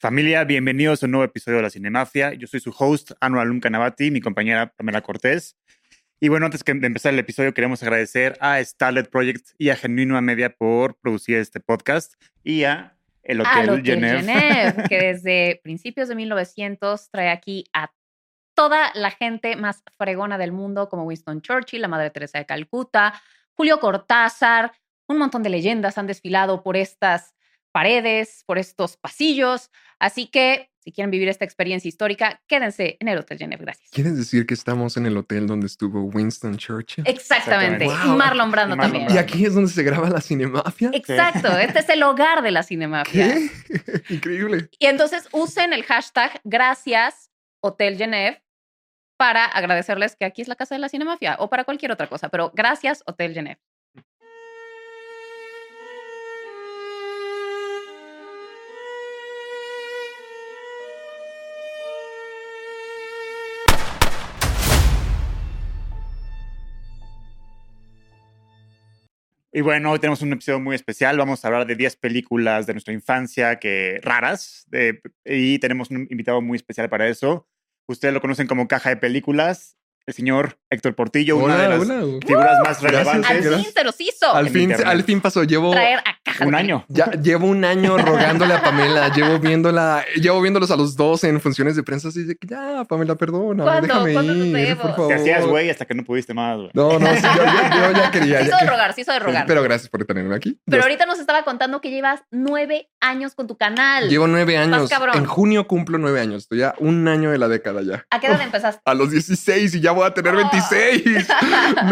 Familia, bienvenidos a un nuevo episodio de La Cinemafia. Yo soy su host, Anu Alum Canavati, mi compañera Pamela Cortés. Y bueno, antes que de empezar el episodio, queremos agradecer a Starlet Project y a Genuina Media por producir este podcast y a el Hotel, Al Hotel Genève. Genève, que desde principios de 1900 trae aquí a toda la gente más fregona del mundo, como Winston Churchill, la Madre Teresa de Calcuta, Julio Cortázar, un montón de leyendas han desfilado por estas paredes, por estos pasillos. Así que, si quieren vivir esta experiencia histórica, quédense en el Hotel Genève. Gracias. ¿Quieres decir que estamos en el hotel donde estuvo Winston Churchill? Exactamente. Exactamente. Y Marlon Brando Y Marlon también. ¿Y aquí es donde se graba la cinemafia? Exacto. Este es el hogar de la cinemafia. ¿Qué? Increíble. Y entonces usen el hashtag gracias Hotel Genève para agradecerles que aquí es la casa de la cinemafia o para cualquier otra cosa, pero gracias Hotel Genève. Y bueno, hoy tenemos un episodio muy especial. Vamos a hablar de 10 películas de nuestra infancia que raras de- y tenemos un invitado muy especial para eso. Ustedes lo conocen como Caja de Películas, el señor Héctor Portillo, una de Hola, las hola. figuras más Gracias, Al relevantes. fin gracias. se los hizo Al en fin, internet. al fin pasó. Llevo, traer a caja. de Un Películas. año. ya, llevo un año rogándole a Pamela. llevo viéndola, llevo viéndolos a los dos en funciones de prensa. Así de que ya, Pamela, perdona. ¿Cuándo? Déjame ¿Cuándo nos ir, vemos? por Te favor. hacías güey hasta que no pudiste más, güey. No, no, sí, yo, yo- yo ya quería. Se ya hizo de quería. rogar, se hizo de rogar. Pero, Pero gracias por tenerme aquí. ahorita nos estaba contando que llevas nueve años con tu canal. Llevo nueve años. cabrón. En junio cumplo nueve años. Estoy ya un año de la década ya. ¿A qué edad empezaste? A los 16 y ya voy a tener Ah. 26.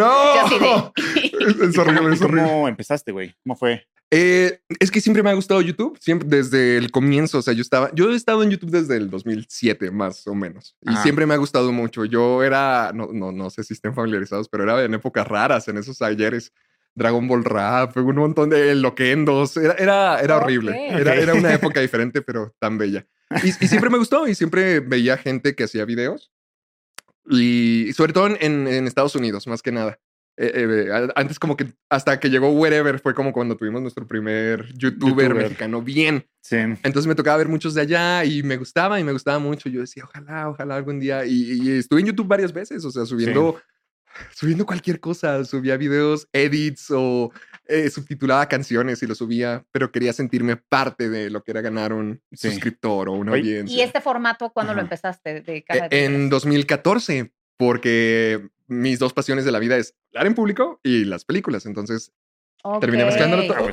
Oh. Yo sí ¡No! de- Es, es ¿Y cómo- horrible, y es horrible. ¿Cómo empezaste, güey? ¿Cómo fue? Eh, es que siempre me ha gustado YouTube, siempre desde el comienzo. O sea, yo estaba, yo he estado en YouTube desde el 2007, más o menos, y Ajá. siempre me ha gustado mucho. Yo era, no, no, no sé si estén familiarizados, pero era en épocas raras, en esos ayeres. Dragon Ball Rap, un montón de loquendos. Era, era, era horrible. Ok. Era, Ok. era una época diferente, pero tan bella. Y, y siempre me gustó y siempre veía gente que hacía videos. Y sobre todo en, en Estados Unidos, más que nada. Eh, eh, eh, a- antes como que hasta que llegó Wherever fue como cuando tuvimos nuestro primer youtuber, Youtuber. mexicano bien. Sí. Entonces me tocaba ver muchos de allá y me gustaba y me gustaba mucho. Yo decía, ojalá, ojalá algún día. Y, y estuve en YouTube varias veces, o sea, subiendo, subiendo cualquier cosa. Subía videos, edits o eh, subtitulaba canciones y lo subía, pero quería sentirme parte de lo que era ganar un Sí. suscriptor o una Oye, audiencia. ¿Y este formato cuándo lo Ajá. empezaste? De caja Eh, de En Películas? 2014, porque mis dos pasiones de la vida es hablar en público y las películas. Entonces, Ok. terminé mezclándolo todo.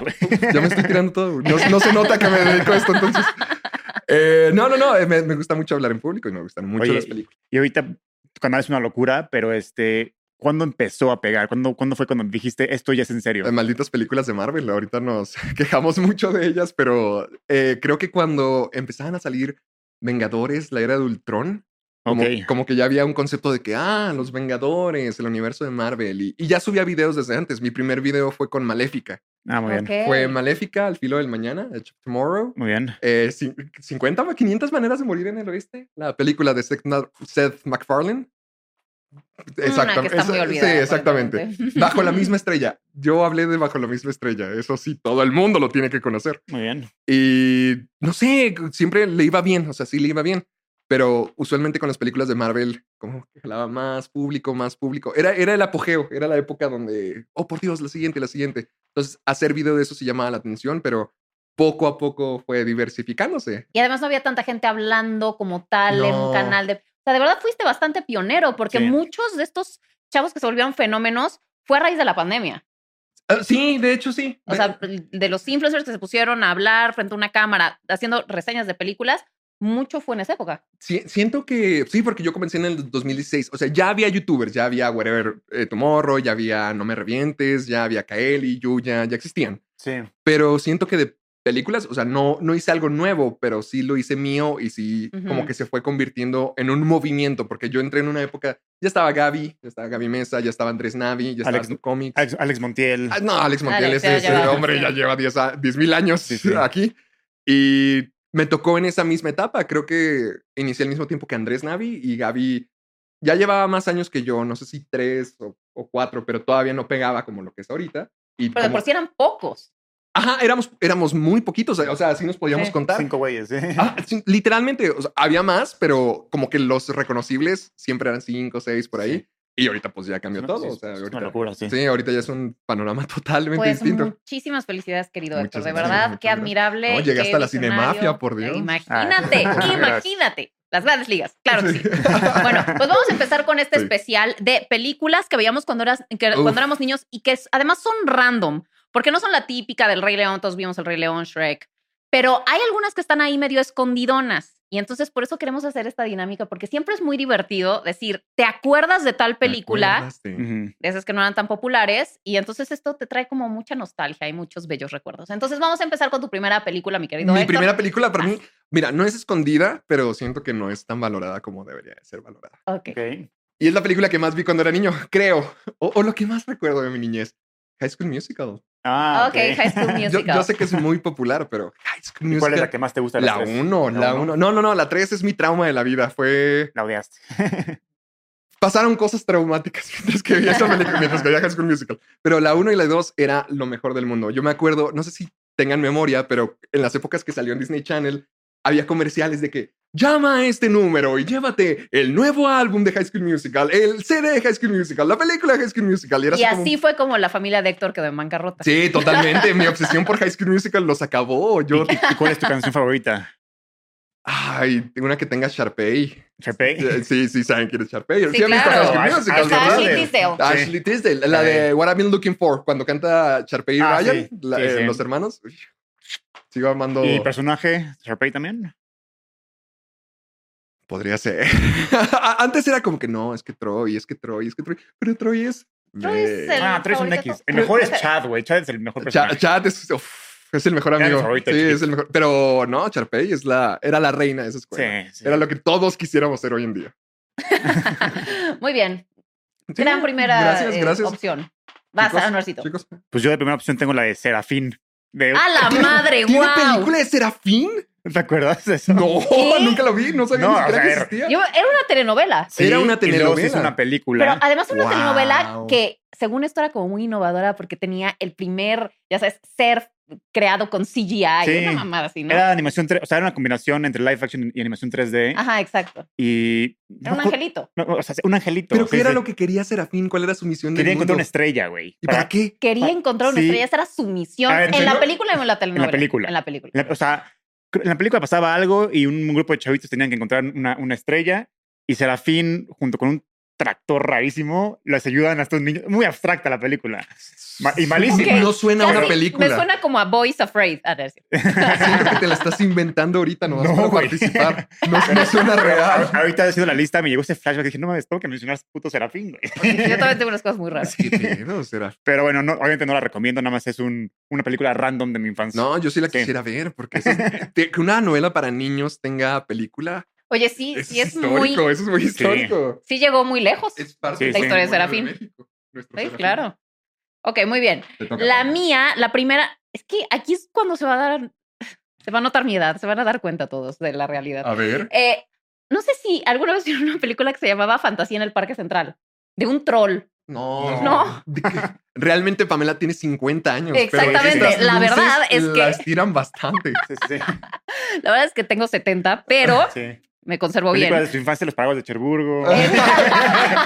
yo me estoy tirando todo. No, no se nota que me dedico a esto entonces. Eh, no, no, no. eh, Me, me gusta mucho hablar en público y me gustan mucho Oye, las películas. Y ahorita tu canal es una locura, pero este, ¿cuándo empezó a pegar? ¿Cuándo, ¿cuándo fue cuando dijiste esto ya es en serio? Las malditas películas de Marvel. Ahorita nos quejamos mucho de ellas, pero eh, creo que cuando empezaban a salir Vengadores, la era de Ultron, Como, Ok. como que ya había un concepto de que, ah, los Vengadores, el universo de Marvel. Y, y ya subía videos desde antes. Mi primer video fue con Maléfica. Ah, muy bien. Ok. Mm, Fue Maléfica, al filo del mañana, Edge of Tomorrow. Muy bien. Eh, cin- 50 o 500 maneras de morir en el oeste. La película de Seth, Na- Seth MacFarlane. Mm, Una que está muy esa- olvidada, sí, exactamente. probablemente. Bajo la misma estrella. Yo hablé de Bajo la misma estrella. Eso sí, todo el mundo lo tiene que conocer. Muy bien. Y no sé, siempre le iba bien, o sea, sí le iba bien. Pero usualmente con las películas de Marvel, como que jalaba más público, más público. Era, era el apogeo, era la época donde, oh por Dios, la siguiente, la siguiente. Entonces, hacer video de eso sí llamaba la atención, pero poco a poco fue diversificándose. Y además no había tanta gente hablando como tal en No. un canal de... O sea, de verdad fuiste bastante pionero porque Sí. muchos de estos chavos que se volvieron fenómenos fue a raíz de la pandemia. Ah, sí, de hecho sí. O sea, de los influencers que se pusieron a hablar frente a una cámara haciendo reseñas de películas, mucho fue en esa época. Sí, siento que sí, porque yo comencé en el 2016. O sea, ya había youtubers, ya había Whatever eh, Tomorrow, ya había No Me Revientes, ya había Kaeli, Yuya, ya existían. Sí. Pero siento que de películas, o sea, no, no hice algo nuevo, pero sí lo hice mío y sí, Ujú. como que se fue convirtiendo en un movimiento, porque yo entré en una época, ya estaba Gaby, ya estaba Gaby Mesa, ya estaba Andrés Navi, ya estaba Alex- Snoop Comics. Alex, Alex Montiel. Ah, no, Alex Montiel, Alex ese, ya ese lleva- hombre ya sí. lleva 10 a- 10 mil años Sí, sí. aquí. Y me tocó en esa misma etapa. Creo que inicié al mismo tiempo que Andrés Navi y Gaby ya llevaba más años que yo, no sé si tres o, o cuatro, pero todavía no pegaba como lo que es ahorita. Y Pero de como- por sí eran pocos. Ajá, éramos, éramos muy poquitos, o sea, así nos podíamos Sí. contar. Cinco güeyes. ¿eh? Ah, sí, literalmente, o sea, había más, pero como que los reconocibles siempre eran cinco, seis por ahí. Y ahorita pues ya cambió Es una- todo. sí, o sea, es ahorita- una locura, sí. Sí, ahorita ya es un panorama totalmente Pues distinto. muchísimas felicidades, querido Muchas Héctor. De gracias, verdad, muchas qué gracias. admirable. No, llegué qué hasta la cinemafia, visionario. por Dios. Eh, Imagínate, Ah, imagínate. Las grandes ligas, claro que sí. Bueno, pues vamos a empezar con este Sí. especial de películas que veíamos cuando, eras, que- Uf. cuando éramos niños y que es- además son random, porque no son la típica del Rey León, todos vimos el Rey León, Shrek, pero hay algunas que están ahí medio escondidonas. Y entonces por eso queremos hacer esta dinámica, porque siempre es muy divertido decir, ¿te acuerdas de tal ¿Te película? acuerdas de- Ujú. de esas que no eran tan populares, y entonces esto te trae como mucha nostalgia y muchos bellos recuerdos. Entonces vamos a empezar con tu primera película, mi querido. Mi Héctor. primera película Ah. para mí, mira, no es escondida, pero siento que no es tan valorada como debería de ser valorada. Ok. Ok. Y es la película que más vi cuando era niño, creo, o, o lo que más recuerdo de mi niñez. High School Musical. Ah, Ok, High School Yo- Musical. Yo, sé que es muy popular, pero High School ¿Y Musical. ¿Cuál es la que más te gusta? de las La tres? uno, la uno. uno. No, no, no, la tres es mi trauma de la vida. Fue. La odiaste. Pasaron cosas traumáticas mientras que vi esa película, mientras que veía High School Musical. Pero la uno y la dos era lo mejor del mundo. Yo me acuerdo, no sé si tengan memoria, pero en las épocas que salió en Disney Channel, había comerciales de que llama a este número y llévate el nuevo álbum de High School Musical, el CD de High School Musical, la película de High School Musical. Y, era Y así como- así fue como la familia de Héctor quedó en bancarrota. Sí, totalmente. Mi obsesión por High School Musical los acabó. Yo, ¿Y cuál es tu canción favorita? ay, una que tenga Sharpay. Sharpay. Eh, Sí, sí, saben quién es Sharpay. Sí, Sí, han visto claro. High School Musical, Ashley ¿verdad? Ashley de- Tisdale. Sí. Ashley Tisdale, la de What I've Been Looking For, cuando canta Sharpay y Ah, sí, Ryan, la- sí, eh, sí. los hermanos. Uy, Sigo amando. ¿Y personaje? ¿Sharpay también? Podría ser. Antes era como que no, es que Troy, es que Troy, es que Troy. Pero Troy es. Troy es Ve. El Ah, tres un favorito de X. todos. El mejor es Chad, güey. Chad es el mejor Cha- personaje. Chad es, uf, es el mejor Era mi amigo. favorito, sí, chiquito. es el mejor. Pero no, Sharpay es la, era la reina de esa escuela. Sí, sí. Era lo que todos quisiéramos ser hoy en día. Muy bien. Sí, Gran primera Gracias, eh, gracias. opción. Vas, Chicos, Anuarcito. Chicos, Pues yo de primera opción tengo la de Serafín. De... ¡A la madre! ¿Tiene ¡Wow! película de Serafín? ¿Te acuerdas de eso? No, ¿Qué? nunca lo vi, no sabía No, ni siquiera o sea, que era- existía. Yo- era una telenovela. Era una Y luego se hizo telenovela. una película. Pero además una Wow. telenovela que, según esto, era como muy innovadora porque tenía el primer, ya sabes, ser creado con CGI. Sí. Una mamada así, ¿no? Era animación, tre- o sea, era una combinación entre live action y animación 3D. Ajá, exacto. Y. Ah. Era un no, angelito. no, o sea, un angelito. Pero sí, ¿qué era sí. lo que quería Serafín? ¿Cuál era su misión del Quería encontrar una mundo? estrella, güey. ¿Y para qué? Quería Ah, encontrar una sí. estrella. Esa era su misión. A ver, ¿En la ¿no? película o en la telenovela? película. En la película. La- o sea, en la película pasaba algo y un, grupo de chavitos tenían que encontrar una, una estrella y Serafín, junto con un tractor rarísimo, les ayudan a estos niños. Muy abstracta la película. Ma- y malísima. Ok. No suena a Casi una película. Me suena como a Boys Afraid. A ver, sí. Siento que te la estás inventando ahorita nomás No, para güey. participar. No, no suena real. A- Ahorita haciendo la lista me llegó ese flashback y dije, no mames, tengo que mencionar a puto Serafín, güey. Yo también tengo unas cosas muy raras. ¿Qué pedo, Serafín? Pero bueno, no, obviamente no la recomiendo, nada más es un- una película random de mi infancia. No, yo sí la Sí. quisiera ver porque eso es- te- que una novela para niños tenga película. Oye, sí, Eso sí es es muy. histórico, eso es muy histórico. Sí llegó muy lejos. Es parte Sí, del la historia de patrimonio Serafín. México, nuestro Sí, Serafín. claro. Ok, muy bien. Te toca. La mía, la primera. Es que aquí es cuando se va a dar. Se va a notar mi edad. Se van a dar cuenta todos de la realidad. A ver. Eh, no sé si alguna vez vieron una película que se llamaba Fantasía en el Parque Central, de un troll. No. No. ¿De qué? Realmente Pamela tiene 50 años. pero Exactamente, estas la luces verdad es que- Las tiran bastante. Sí, sí, sí. Ah. La verdad es que tengo 70, pero Sí. me conservo bien. Ah. Películas de su infancia, Los Paraguas de Cherburgo.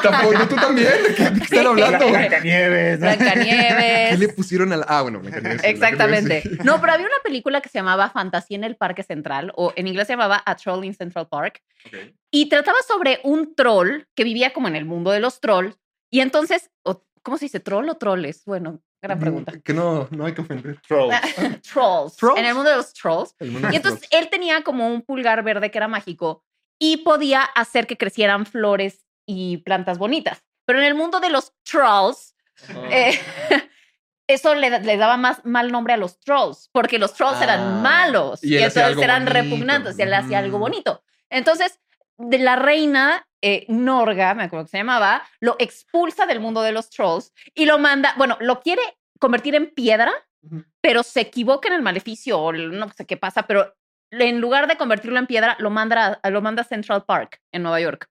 Tampoco, tú también. ¿De qué, de qué están hablando? Blancanieves. ¿no? ¿Qué le Blancanieves. pusieron al.? Ah, bueno, Blancanieves, sí, Exactamente. Blancanieves, sí. No, pero había una película que se llamaba Fantasía en el Parque Central, o en inglés se llamaba A Troll in Central Park. Ok. Y trataba sobre un troll que vivía como en el mundo de los trolls. Y entonces, o- ¿cómo se dice? ¿Troll o troles? Bueno, gran pregunta. Que no, no hay que ofender. Trolls. Trolls. Trolls. En el mundo de los trolls. El mundo Y de entonces los- él tenía como un pulgar verde que era mágico y podía hacer que crecieran flores y plantas bonitas. Pero en el mundo de los trolls, Eh, eso le, le daba más mal nombre a los trolls, porque los trolls Ah, eran malos y y, él entonces hacía algo eran bonito. repugnantes, y él hacía algo Mm. bonito. Entonces, de la reina eh, Norga, me acuerdo que se llamaba, lo expulsa del mundo de los trolls y lo manda, bueno, lo quiere convertir en piedra, Ujú. pero se equivoca en el maleficio o no sé qué pasa, pero en lugar de convertirlo en piedra, lo manda, a- lo manda a Central Park en Nueva York.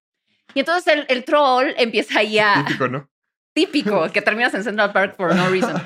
Y entonces el, el troll empieza ahí a, Típico, ¿no? típico, que terminas en Central Park por no reason.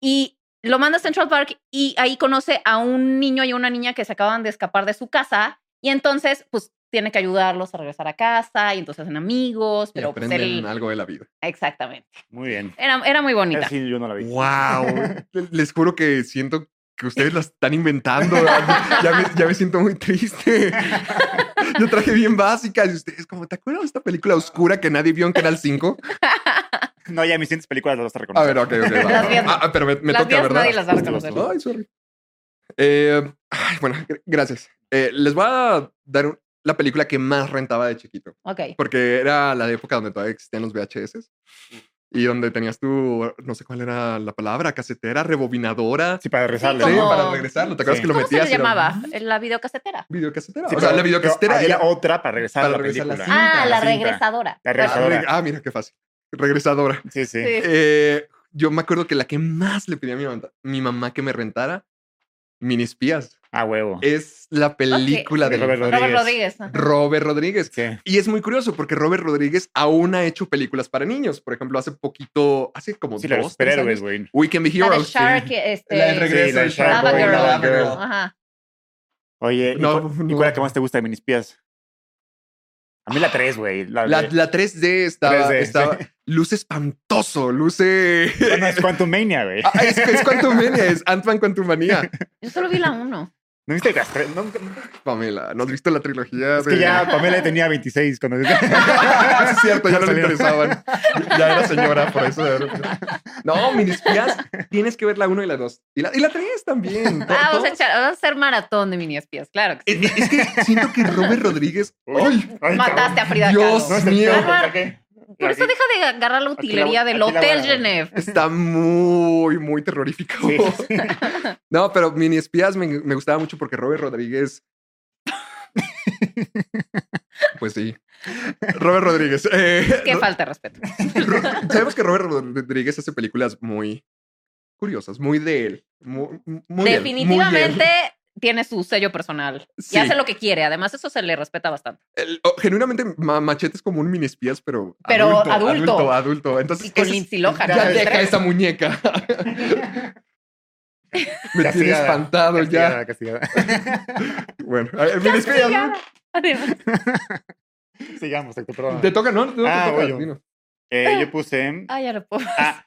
Y lo manda a Central Park y ahí conoce a un niño y una niña que se acaban de escapar de su casa y entonces pues tiene que ayudarlos a regresar a casa y entonces hacen amigos, Y pero pues aprenden él- algo de la vida. Exactamente. Muy bien. Era, era muy bonita. Esa Sí, yo no la vi. ¡Wow! Les juro que siento que ustedes la están inventando. Ya me, ya me siento muy triste. Yo traje bien básicas y ustedes, como, ¿te acuerdas de esta película oscura que nadie vio en Canal 5? No, ya mis siguientes películas las vas a A reconocer. ver, ok, ok. va, Las va. vías no. Ah, ah, pero me, me Las toca, vías ¿verdad? nadie las va a reconocer. Ay, sorry. Eh, ay, bueno, gr- gracias. Eh, les voy a dar un- la película que más rentaba de chiquito, Ok. porque era la época donde todavía existían los VHS y donde tenías tu, no sé cuál era la palabra, casetera, rebobinadora. Sí, para Sí, rezarle. como- ¿no? para regresarlo. ¿Te acuerdas Sí. que lo ¿Cómo se metías? le y era- llamaba? La videocasetera. Videocasetera. Sí, o sea, pero- la videocasetera pero era. había otra para regresar Para a la regresar la película. cinta. Ah, la cinta. regresadora. La Ah, regresadora. reg- ah, mira qué fácil. Regresadora. Sí, sí. Sí. Eh, yo me acuerdo que la que más le pedía a mi mamá, mi mamá que me rentara, Minispías, A Ah, huevo. es la película De de Robert Rodríguez. Robert Rodríguez. ajá. Robert Rodríguez. Sí. Y es muy curioso porque Robert Rodríguez aún ha hecho películas para niños. Por ejemplo, hace poquito, hace como Sí, dos, los tres superhéroes, años, güey. We Can Be La de Heroes. sí. Shark, este, La del regreso Sí, la de de Shark Shark Lava Boy, Girl. Lava Girl. Ajá. Oye, ¿y No, cu- no. ¿y cuál es la que más te gusta de Minispías? A mí la 3, güey. La, La, de- la 3D estaba, 3D, estaba- sí. luce espantoso, luce... Bueno, es Quantum Mania, güey. Ah, es, es Quantumania, es Ant-Man Quantumania. Yo solo vi la uno. ¿No viste las tres? No, Pamela, ¿no has visto la trilogía? es que de- ya Pamela tenía 26 cuando... Ah, es cierto, ya no le Salieron. interesaban. Ya era señora, por eso. de repente. No, minispías, tienes que ver la 1 y la 2. Y la, y la 3 también. To- Ah, vamos a, todas- echar, vamos a hacer maratón de mini espías, claro. Que sí. es, es que siento que Robert Rodríguez. ¡Ay! Ay, Mataste a Frida Dios. Kahlo. No, es el Mío. peor, lo saqué. Por eso Aquí. deja de agarrar la Aquí la- utilería del aquí la Hotel guardo. Genève. Está muy, muy terrorífico. Sí, sí. No, pero minispías me, me gustaba mucho porque Robert Rodríguez. Pues sí. Robert Rodríguez. eh, Qué Ro- falta de respeto. Ro- Sabemos que Robert Rodríguez hace películas muy curiosas, muy de él. mu- mu- muy él, muy él. Definitivamente tiene su sello personal Sí. y hace lo que quiere. Además, eso se le respeta bastante. El- o- genuinamente, Ma- Machete es como un mini espías, pero. Pero adulto. Adulto, adulto. adulto. Entonces. Y con ese- Lindsay Lohan. Ya ¿no? deja esa muñeca. Me tiene Castigada, espantado ya. Castigada, castigada. Bueno, a ver, mini espías. ¿no? Además. Sigamos, Héctor, perdón. Te toca, ¿no? No, te Ah, toca, voy yo. dino. Eh, yo puse... Ay, ya lo puedo. Ah,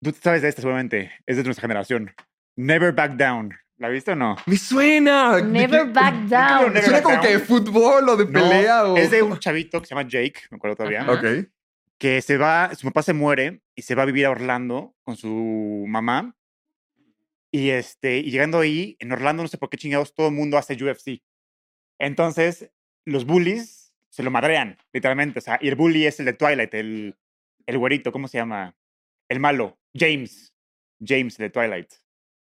tú sabes de esta seguramente. Es de nuestra generación. Never Back Down. ¿La viste o no? Me suena. ¿De Never qué? back down. Me suena como que de fútbol o de No, pelea o. Es de un chavito que se llama Jake, me acuerdo todavía, Ajá. Ok. que se va, su papá se muere y se va a vivir a Orlando con su mamá. Y, este, y llegando ahí, en Orlando, no sé por qué chingados, todo el mundo hace UFC. Entonces, los bullies se lo madrean, literalmente. O sea, y el bully es el de Twilight, el, el güerito, ¿cómo se llama? El malo, James. James de Twilight.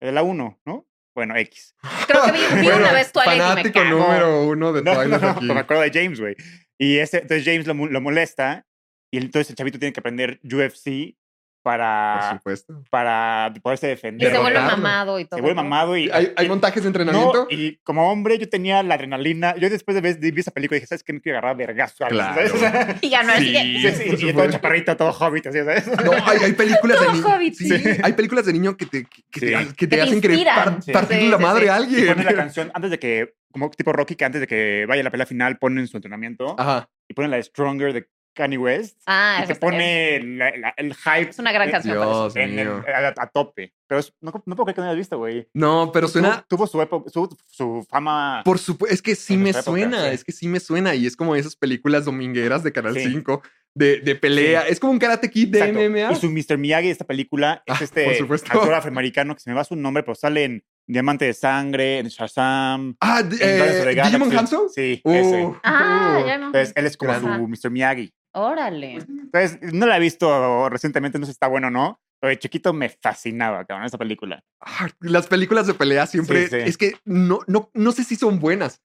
El de la 1, ¿no? Bueno, X. Creo que vi, vi Bueno, una vez tu y me fanático cago. número uno de No, no, Twilight no, aquí. pero me acuerdo de James, güey. Y ese, entonces James lo, mu- lo molesta y entonces el chavito tiene que aprender UFC Por Ah, para, supuesto. para poderse Y defender. se vuelve Derrotarlo. mamado y todo. Se vuelve ¿no? mamado y... ¿Hay, hay y- montajes de eh, no, entrenamiento? y como hombre yo tenía la adrenalina. Yo después de ver vi esa película dije, ¿sabes qué? Me quiero agarrar a vergazo. a alguien", Claro. ¿sabes? O sea, Y ya no Sí. es sí, sí, por y todo supuesto. chaparrito, todo hobbit, así, ¿sabes? No, hay, hay películas de Todo niño. hobbit. Sí, Sí. hay películas de niño que te, que te, Sí. que te Que te hacen querer inspiran. par- Sí. partirle Sí, la sí, madre sí. a Y ponen la alguien. canción antes de que, como tipo Rocky, que antes de que vaya a la pelea final ponen su entrenamiento Ajá. y ponen la de Stronger de Kanye West. Ah, y eso te está bien. pone la- la- el hype. Es una gran en- canción. Dios en el- mío. a, a tope. Pero es- no, no puedo creer que no hayas visto, güey. No, pero Ah. suena. Tuvo, tuvo su, época, su, su fama. Por supuesto, es que sí En me nuestra época, suena, sí. es que sí me suena y es como esas películas domingueras de Canal Sí. 5 de, de pelea. Es como un karate kid de Exacto. MMA. Y su Mr. Miyagi de esta película es Ah, este por supuesto. actor afroamericano que se me va su nombre, pero sale en Diamante de Sangre, en Shazam. Ah, en Guardians of de, the eh, Digimon Galaxy. Hanzo. Sí, ese. Uh, Ah, uh. ya no. Entonces, él es como Gran. su Mr. Miyagi. Órale. Entonces, no la he visto recientemente, no sé si está bueno o no. Pero de chiquito me fascinaba, cabrón, esa película. Ah, Las películas de pelea siempre Sí, sí. es que no, no, no sé si son buenas.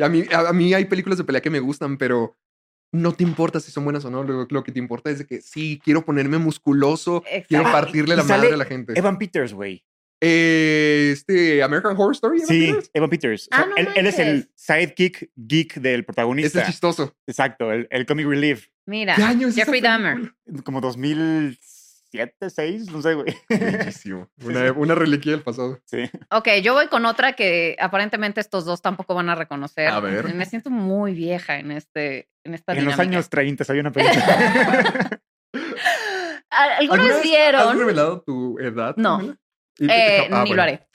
A mí, a, a mí hay películas de pelea que me gustan, pero no te importa si son buenas o no. Lo, lo que te importa es de que sí, quiero ponerme musculoso, quiero Exacto. partirle y la sale madre a la gente. Evan Peters, güey. Eh, este American Horror Story. ¿era Sí, Peters? Evan Peters. Ah, no él, él es el manches. sidekick geek del Ese protagonista. es chistoso. Exacto, el, el comic relief. Mira. ¿Qué año es esa Jeffrey Dahmer. Como 2007, 2006, no sé, güey. Bellísimo. Una, e, una reliquia del pasado. Sí. Ok, yo voy con otra que aparentemente estos dos tampoco van a reconocer. A ver. Me siento muy vieja en este en esta En los dinámica. años 30 había una película. Al- Ah, ¿Alguna ¿Alguna vez vez ¿Has vieron? revelado tu edad? No. Pamela? Y- Eh, ah, ni bueno. lo haré.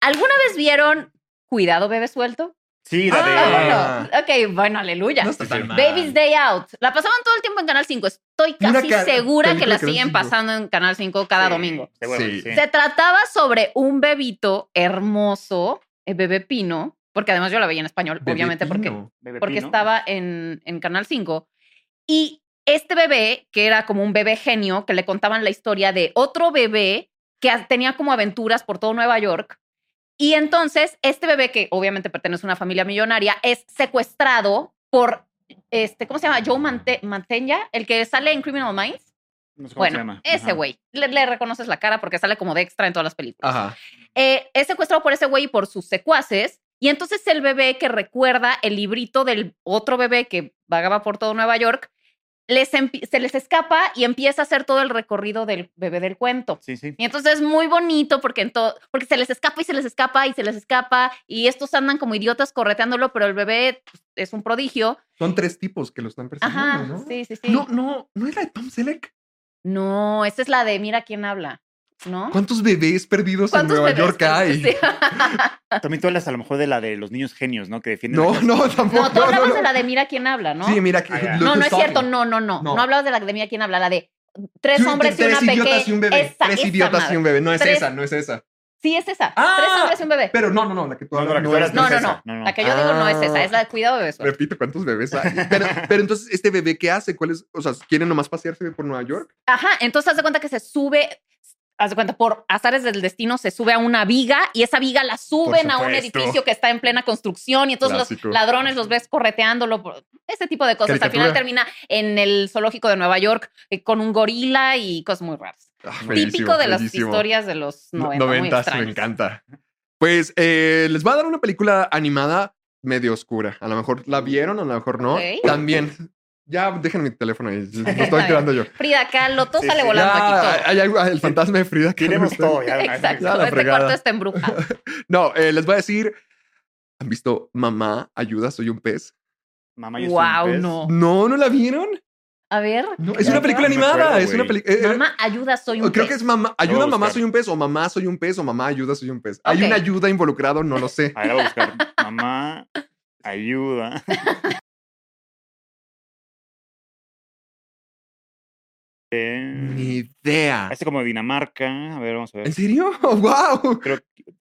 ¿Alguna vez vieron Cuidado bebé suelto? Sí, la de... Ah, bueno. Ok, bueno, aleluya. No está tan Sí, sí. mal. Baby's Day Out. La pasaban todo el tiempo en Canal 5. Estoy Y una casi ca- segura que la película de Canal siguen 5. pasando en Canal 5 cada Sí, domingo. de huevo, Sí. sí. Se trataba sobre un bebito hermoso, el bebé pino, porque además yo la veía en español, Bebé obviamente, porque, Pino. Bebé porque Pino. estaba en, en Canal 5. Y este bebé, que era como un bebé genio, que le contaban la historia de otro bebé que a- tenía como aventuras por todo Nueva York. Y entonces, este bebé, que obviamente pertenece a una familia millonaria, es secuestrado por, este, ¿cómo se llama? Joe Mante- Mantegna, el que sale en Criminal Minds. No sé cómo se Bueno, llama. ese Ajá. güey. Le, le reconoces la cara porque sale como de extra en todas las películas. Ajá. Eh, es secuestrado por ese güey y por sus secuaces. Y entonces el bebé que recuerda el librito del otro bebé que vagaba por todo Nueva York, les empi- se les escapa y empieza a hacer todo el recorrido del bebé del cuento. Sí, sí. Y entonces es muy bonito porque, en to- porque se les escapa y se les escapa y se les escapa y estos andan como idiotas correteándolo, pero el bebé pues, es un prodigio. Son tres tipos que lo están persiguiendo, Ajá, ¿no? sí, sí, sí. No, No. no, no es la de Tom Selleck. esa es la de Mira quién habla, ¿no? ¿Cuántos bebés perdidos en ¿Cuántos Nueva bebés York hay? Sí. También tú hablas a lo mejor de la de los niños genios, ¿no? Que defienden... No, no, tampoco. No, tú hablabas no, no. de la de Mira quién habla, ¿no? Sí, mira que. Ah, ya. Look no, no Who's es cierto, Talking. no, no, no. No. No hablabas de la de Mira quién habla, la de tres Sí, hombres y una Tres pequeña. idiotas y un bebé. Esa, tres esa idiotas y madre. un bebé. No es Tres- esa, no es esa. Sí, es esa. Ah. tres hombres y un bebé. Pero no, no, no, la que tú No, hablas. la que tú hablas No, es no, esa. no, No, no. La que yo digo no es esa, es la Ah. de cuidado bebé. suelto. Repito, ¿cuántos bebés hay? Pero, pero entonces, ¿este bebé qué hace? ¿Cuál es? O sea, ¿quieren nomás pasearse por Nueva York? Ajá, entonces haz de cuenta que se sube, haz de cuenta, por azares del destino se sube a una viga y esa viga la suben a un supuesto. edificio que está en plena construcción y entonces Clásico. los ladrones los ves correteándolo, por- ese tipo de cosas. Caricatura. Al final termina en el zoológico de Nueva York eh, con un gorila y cosas muy raras. Ah, Típico bellísimo, de las bellísimo. historias de los 90. muy Noventas, me extraños. encanta. Pues eh, les va a dar una película animada medio oscura. A lo mejor la vieron, a lo mejor no. Ok. También. Ya dejen mi teléfono ahí. Lo estoy bien. tirando yo. Frida Kahlo, todo Sí, sale sí. volando Ya, aquí todo. hay algo- el fantasma de Frida. Kahlo Tiremos está- todo ya. de una vez. Exacto. Ya la este fregada. cuarto está embrujado. No, eh, les voy a decir. ¿Han visto Mamá, ayuda, soy un pez? Mamá, yo soy un wow, pez. no. No, ¿no la vieron? A ver. No, es Ya, una película no me animada. acuerdo, es una eh, güey. película. Mamá, ayuda, soy un Creo pez. que es mamá. voy Ayuda, a mamá, buscar. soy un pez. O mamá, soy un pez. O mamá, ayuda, soy un pez. Hay Ok. una ayuda involucrado, no lo sé. A ver, voy a buscar. Mamá, ayuda. eh, Mm. Ni idea. parece Eh, como de Dinamarca. A ver, vamos a ¿En ver. serio? ¡Wow!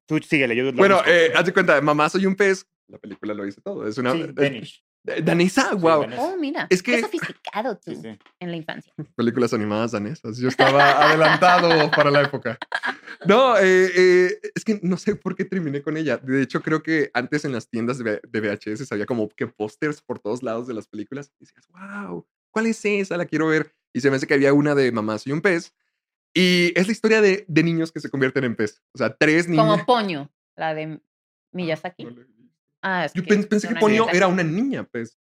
Tú síguele, yo lo Bueno, busco. eh, haz de cuenta, mamá, soy un pez. La película lo dice todo. Es una. Sí, es- Danish. eh, danesa, wow. danesa. Oh, mira. Es que- Qué sofisticado tú Sí, sí. en la infancia. Películas animadas danesas. Yo estaba adelantado para la época. No, eh, eh, es que no sé por qué terminé con ella. De hecho, creo que antes en las tiendas de, V- de VHS había como que pósters por todos lados de las películas. Y decías, wow, ¿cuál es esa? La quiero ver. Y se me hace que había una de mamá, soy un pez. Y es la historia de, de niños que se convierten en pez. O sea, tres niños. Como Poño, la de Miyazaki. Ah, es Yo pen- pensé que una Ponyo niña. era una niña, pues.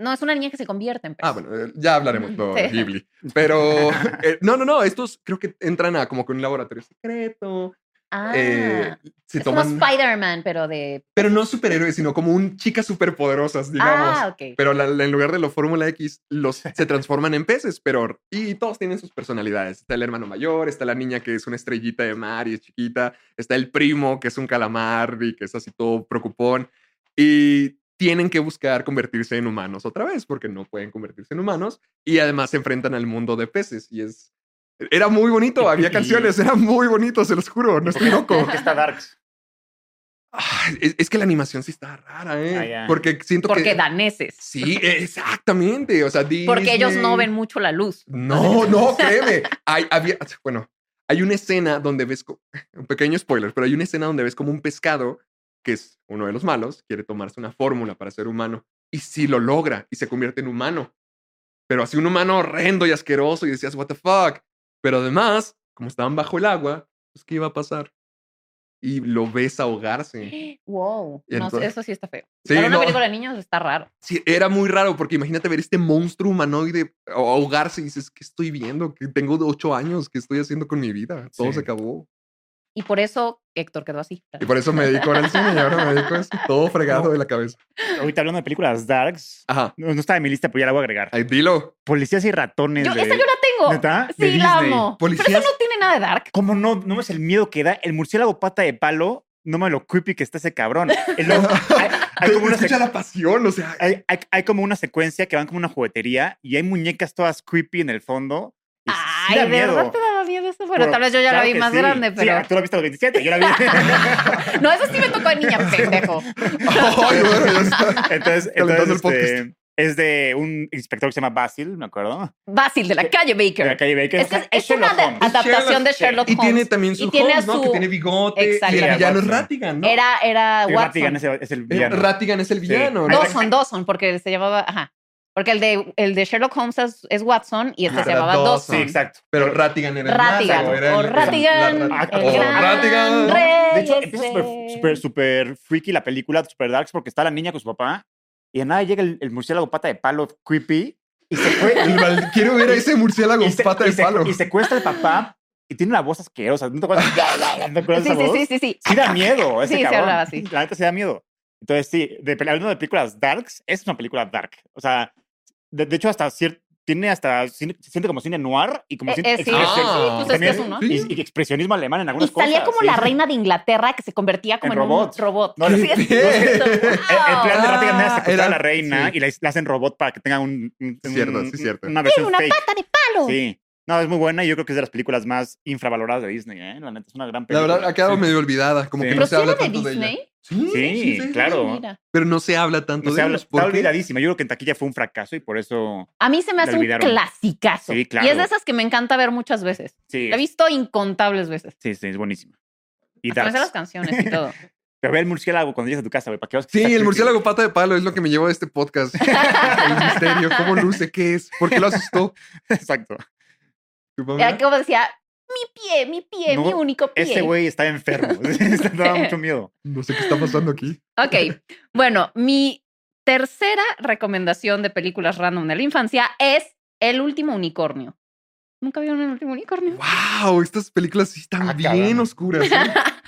No, es una niña que se convierte en pez. Ah, bueno, eh, ya hablaremos luego de Sí. Ghibli. Pero eh, no, no, no, estos creo que entran a como con un laboratorio secreto. Ah, eh, se es como toman. Spider-Man, pero de... Pero no superhéroes, sino como un chicas superpoderosas, digamos. Ah, ok. Pero la- la- en lugar de la Fórmula X, los se transforman en peces, pero y todos tienen sus personalidades. Está el hermano mayor, está la niña que es una estrellita de mar y es chiquita, está el primo que es un calamar y que es así todo preocupón. Y tienen que buscar convertirse en humanos otra vez, porque no pueden convertirse en humanos. Y además se enfrentan al mundo de peces y es... Era muy bonito, había canciones, era muy bonito, se los juro, no estoy loco. Porque está Darks. Ah, es, es que la animación sí está rara, ¿eh? Ah, ya. Porque siento Porque que... daneses. Sí, exactamente. O sea, Porque ellos Disney- no ven mucho la luz. No, no, créeme. Hay, había, bueno, hay una escena donde ves, co- un pequeño spoiler, pero hay una escena donde ves como un pescado, que es uno de los malos, quiere tomarse una fórmula para ser humano. Y si lo logra y se convierte en humano. Pero así un humano horrendo y asqueroso y decías, what the fuck. Pero además, como estaban bajo el agua, pues, ¿qué iba a pasar? Y lo ves ahogarse. Wow. Y No, entonces- eso sí está feo. Sí, Para una no. película de niños está raro. Sí, era muy raro porque imagínate ver este monstruo humanoide a- ahogarse y dices, ¿qué estoy viendo? Que tengo ocho años, ¿qué estoy haciendo con mi vida? Todo Sí. se acabó. Y por eso Héctor quedó así. Y por eso me dedico ahora al cine y ahora me dedico a eso, todo fregado No. de la cabeza. Ahorita hablando de películas Darks. Ajá, No, no estaba en mi lista, pero ya la voy a agregar. ahí dilo. Policías y ratones. Yo, de- esa yo la tengo. ¿Neta? De Sí, la Disney. amo. Pero eso Policías- no tiene nada de dark. ¿Cómo no? No ves el miedo que da el murciélago pata de palo. No me lo creepy que está ese cabrón. Y luego, hay, hay como una Escucha sec- la pasión, o sea, hay- hay- hay como una secuencia que van como una juguetería y hay muñecas todas creepy en el fondo. Y sí Ay, da de miedo. verdad te daba miedo eso. Bueno, Pero tal vez yo ya claro la vi que más sí. grande, Sí, ah, pero. tú la viste a los 27, yo la vi. no, eso sí me tocó de niña, pendejo. ay, bueno, ya está. entonces, Calentando entonces el podcast. este, es de un inspector que se llama Basil, me acuerdo. Basil de la calle De la Baker. calle Baker. Es, que es- es una Sherlock de- Holmes. adaptación de Sherlock Y Holmes. tiene también su Y tiene a Holmes, ¿no? Que su- tiene bigote. Y el Exacto. villano es Watson. Ratigan, ¿no? Era, era Eh, Rattigan Watson. es el- es el Eh, villano. Rattigan es el villano. ¿no? Ahí va. Dawson, Dawson, porque se llamaba. Ajá. Porque el de, el de Sherlock Holmes es, es Watson y este Ajá. se llamaba Era Dawson. Sí, exacto. Pero Rattigan era el Rattigan. mago, era O el- la- Rattigan. la- el o gran Rattigan. rey. De hecho, Reyes empieza de- súper super, super freaky la película, super darks, porque está la niña con su papá y a nada llega el, el murciélago pata de palo creepy y se fue. El mal- Quiero ver a ese murciélago y, se- pata y de se- palo. y secuestra al papá y tiene una voz asquerosa. ¿No te acuerdas? ¿No te acuerdas de Sí, esa sí, voz? sí, sí, sí. Sí da miedo ese Sí, se cabrón. hablaba así. La neta sí da miedo. Entonces, sí, de, pel- hablando de películas darks, es una película dark. O sea, de, de hecho, hasta cier- tiene hasta, cine- se siente como cine noir y como Eh, cine eh, sí, expresión- Ah. sí, pues es que es También- uno. Sí. y, y expresionismo alemán en Y algunas cosas. salía como sí. la reina de Inglaterra que se convertía como En en, robot. un robot. No, Sí, le- es Sí. cierto. El- el El, el plan de Wow. Rattigan era secuestrar Ah, era- a la reina sí. y la, la hacen robot para que tenga un, un- un- Cierto, sí, cierto. una versión una fake. pata de palo. Sí. No, es muy buena y yo creo que es de las películas más infravaloradas de Disney, ¿eh? La neta, es una gran La película. verdad, ha quedado Sí. medio olvidada. Como Sí. que no Pero se sí habla era de tanto de ella. Disney. Sí, Sí, claro. Mira. Pero no se habla tanto No de se habla- ellos. ¿por está qué? olvidadísima. Yo creo que en taquilla fue un fracaso y por eso. A mí se me La hace un olvidaron. clasicazo. Sí, claro. Y es de esas que me encanta ver muchas veces. Sí, La he visto incontables veces. sí, sí, es buenísima. Y Hasta me sé Darks. las canciones y todo. Pero ve el murciélago cuando llegas a tu casa, güey, para que veas que Sí, está el creepy. murciélago pata de palo es lo que me llevó a este podcast. el misterio, cómo luce, qué es, por qué lo asustó. Exacto. ¿Tu Era familia? Eh, como decía, mi pie, mi pie, No, mi único pie. Ese Este güey está enfermo. Daba mucho miedo. No sé qué está pasando aquí. Ok, bueno, mi tercera recomendación de películas random de la infancia es El último unicornio. ¿Nunca vieron El último unicornio? ¡Wow! Estas películas sí están Ah, bien caramba. oscuras. ¿eh?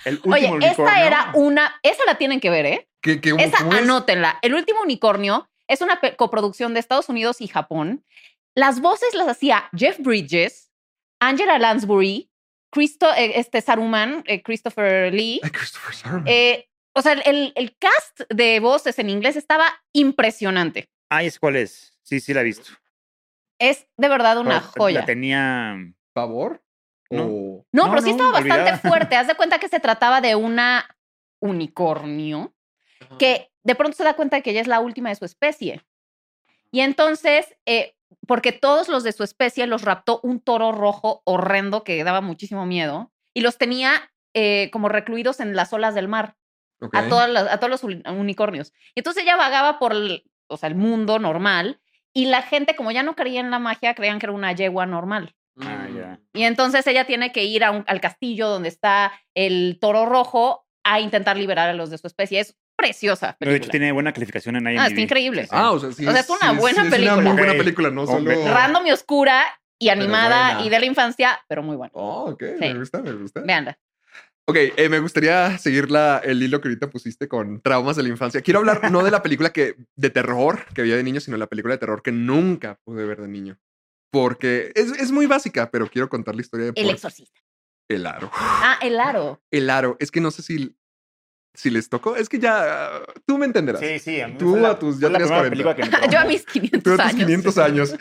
El último Oye, unicornio. esta era una, esa la tienen que ver, ¿eh? ¿Qué, qué, Esa, cómo es? anótenla. El último unicornio es una pe- coproducción de Estados Unidos y Japón. Las voces las hacía Jeff Bridges, Angela Lansbury, Christo- eh, este Saruman, eh, Christopher Lee. Ay, Christopher Sarman. Eh, o sea, el- el, el cast de voces en inglés estaba impresionante. Ay, ¿es cuál es? Sí, sí, la he visto. Es de verdad una Pero joya. Oh, La tenía. ¿Favor? No. O- No, No, pero sí no, estaba bastante olvidada. fuerte. Haz de cuenta que se trataba de una unicornio que de pronto se da cuenta de que ella es la última de su especie. Y entonces, eh, porque todos los de su especie los raptó un toro rojo horrendo que daba muchísimo miedo y los tenía eh, como recluidos en las olas del mar, Ok. a, todas las- a todos los uni- unicornios. Y entonces ella vagaba por el, o sea, el mundo normal y la gente, como ya no creía en la magia, creían que era una yegua normal. Mm. Ah, ya. ya. Y entonces ella tiene que ir a un- al castillo donde está el toro rojo a intentar liberar a los de su especie. Es preciosa. No, de hecho, película. tiene buena calificación en IMDb. Ah, está increíble. Ah, o sea, sí. O sea, es una buena película. Es una muy buena Güey, película, no hombre. solo. Random y oscura y animada buena. y de la infancia, pero muy buena. Oh, ok, Sí. me gusta, me gusta. Veanla. Ok, eh, me gustaría seguir la, el hilo que ahorita pusiste con traumas de la infancia. Quiero hablar no de la película que, de terror que veía de niño, sino la película de terror que nunca pude ver de niño. Porque es, es muy básica, pero quiero contar la historia de El por- exorcista. el aro. Ah, el aro. El aro. Es que no sé si, si les tocó. Es que ya ah, tú me entenderás. Sí, sí. a mí Tú fue la- a tus- ya fue la tenías primera película 40. que me traumó. Yo a mis Tú 500 a tus años. 500 años.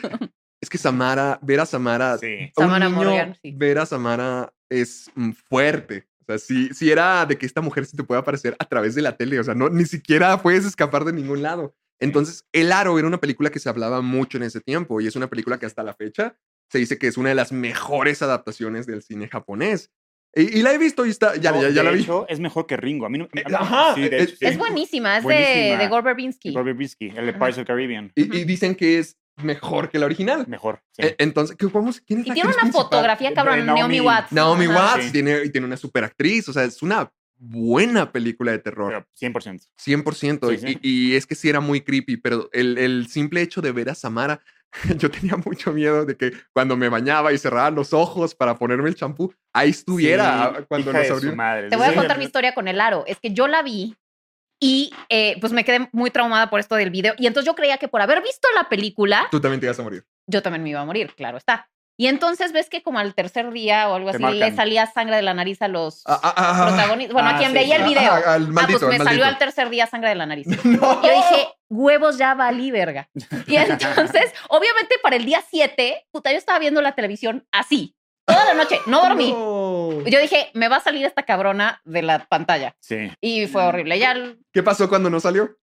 Es que Samara, ver a Samara Sí. a un Samara niño Morgan, sí. ver a Samara es mm, fuerte. O sea, si, si era de que esta mujer se te puede aparecer a través de la tele, o sea, no, ni siquiera puedes escapar de ningún lado. Entonces, El Aro era una película que se hablaba mucho en ese tiempo y es una película que hasta la fecha se dice que es una de las mejores adaptaciones del cine japonés. Y, y la he visto y está, ya, No, ya, ya de la vi. hecho, es mejor que Ringo. A mí no. a mí- ajá, Sí, de es- hecho, sí. Es buenísima, es de, Buenísima. de Gore Verbinski. Robert Brisky, el de Pirates of the Caribbean. y, y dicen que es mejor que la original. Mejor. sí. E- Entonces, ¿qué, vamos, ¿quién es Y la tiene actriz una principal? fotografía cabrón, De Naomi Naomi- Watts. Naomi Ajá. Watts Sí. tiene, y tiene una superactriz, o sea, es una buena película de terror. Pero 100%. 100%. Sí, sí. Y, y es que sí era muy creepy, pero el, el simple hecho de ver a Samara, yo tenía mucho miedo de que cuando me bañaba y cerraba los ojos para ponerme el champú, ahí estuviera ah, Sí, cuando hija de nos su abrieron. madre. Te voy a Sí. contar mi historia con el aro. Es que yo la vi y eh, pues me quedé muy traumada por esto del video. Y entonces yo creía que por haber visto la película, Tú también te ibas a morir. yo también me iba a morir, claro está. Y entonces ves que como al tercer día o algo Te así marcan. le salía sangre de la nariz a los Ah, ah, ah, ah. protagonistas. Bueno, a Ah, quien sí, veía el sí. video. Ah, al Ah, maldito, pues me al salió al maldito. tercer día sangre de la nariz. No. Yo dije, huevos ya valí verga. Y entonces, obviamente para el día 7, puta, yo estaba viendo la televisión así. Toda la noche, no dormí. No. Yo dije, me va a salir esta cabrona de la pantalla. Sí. Y Mm. fue horrible. Ya, ¿Qué pasó cuando no salió?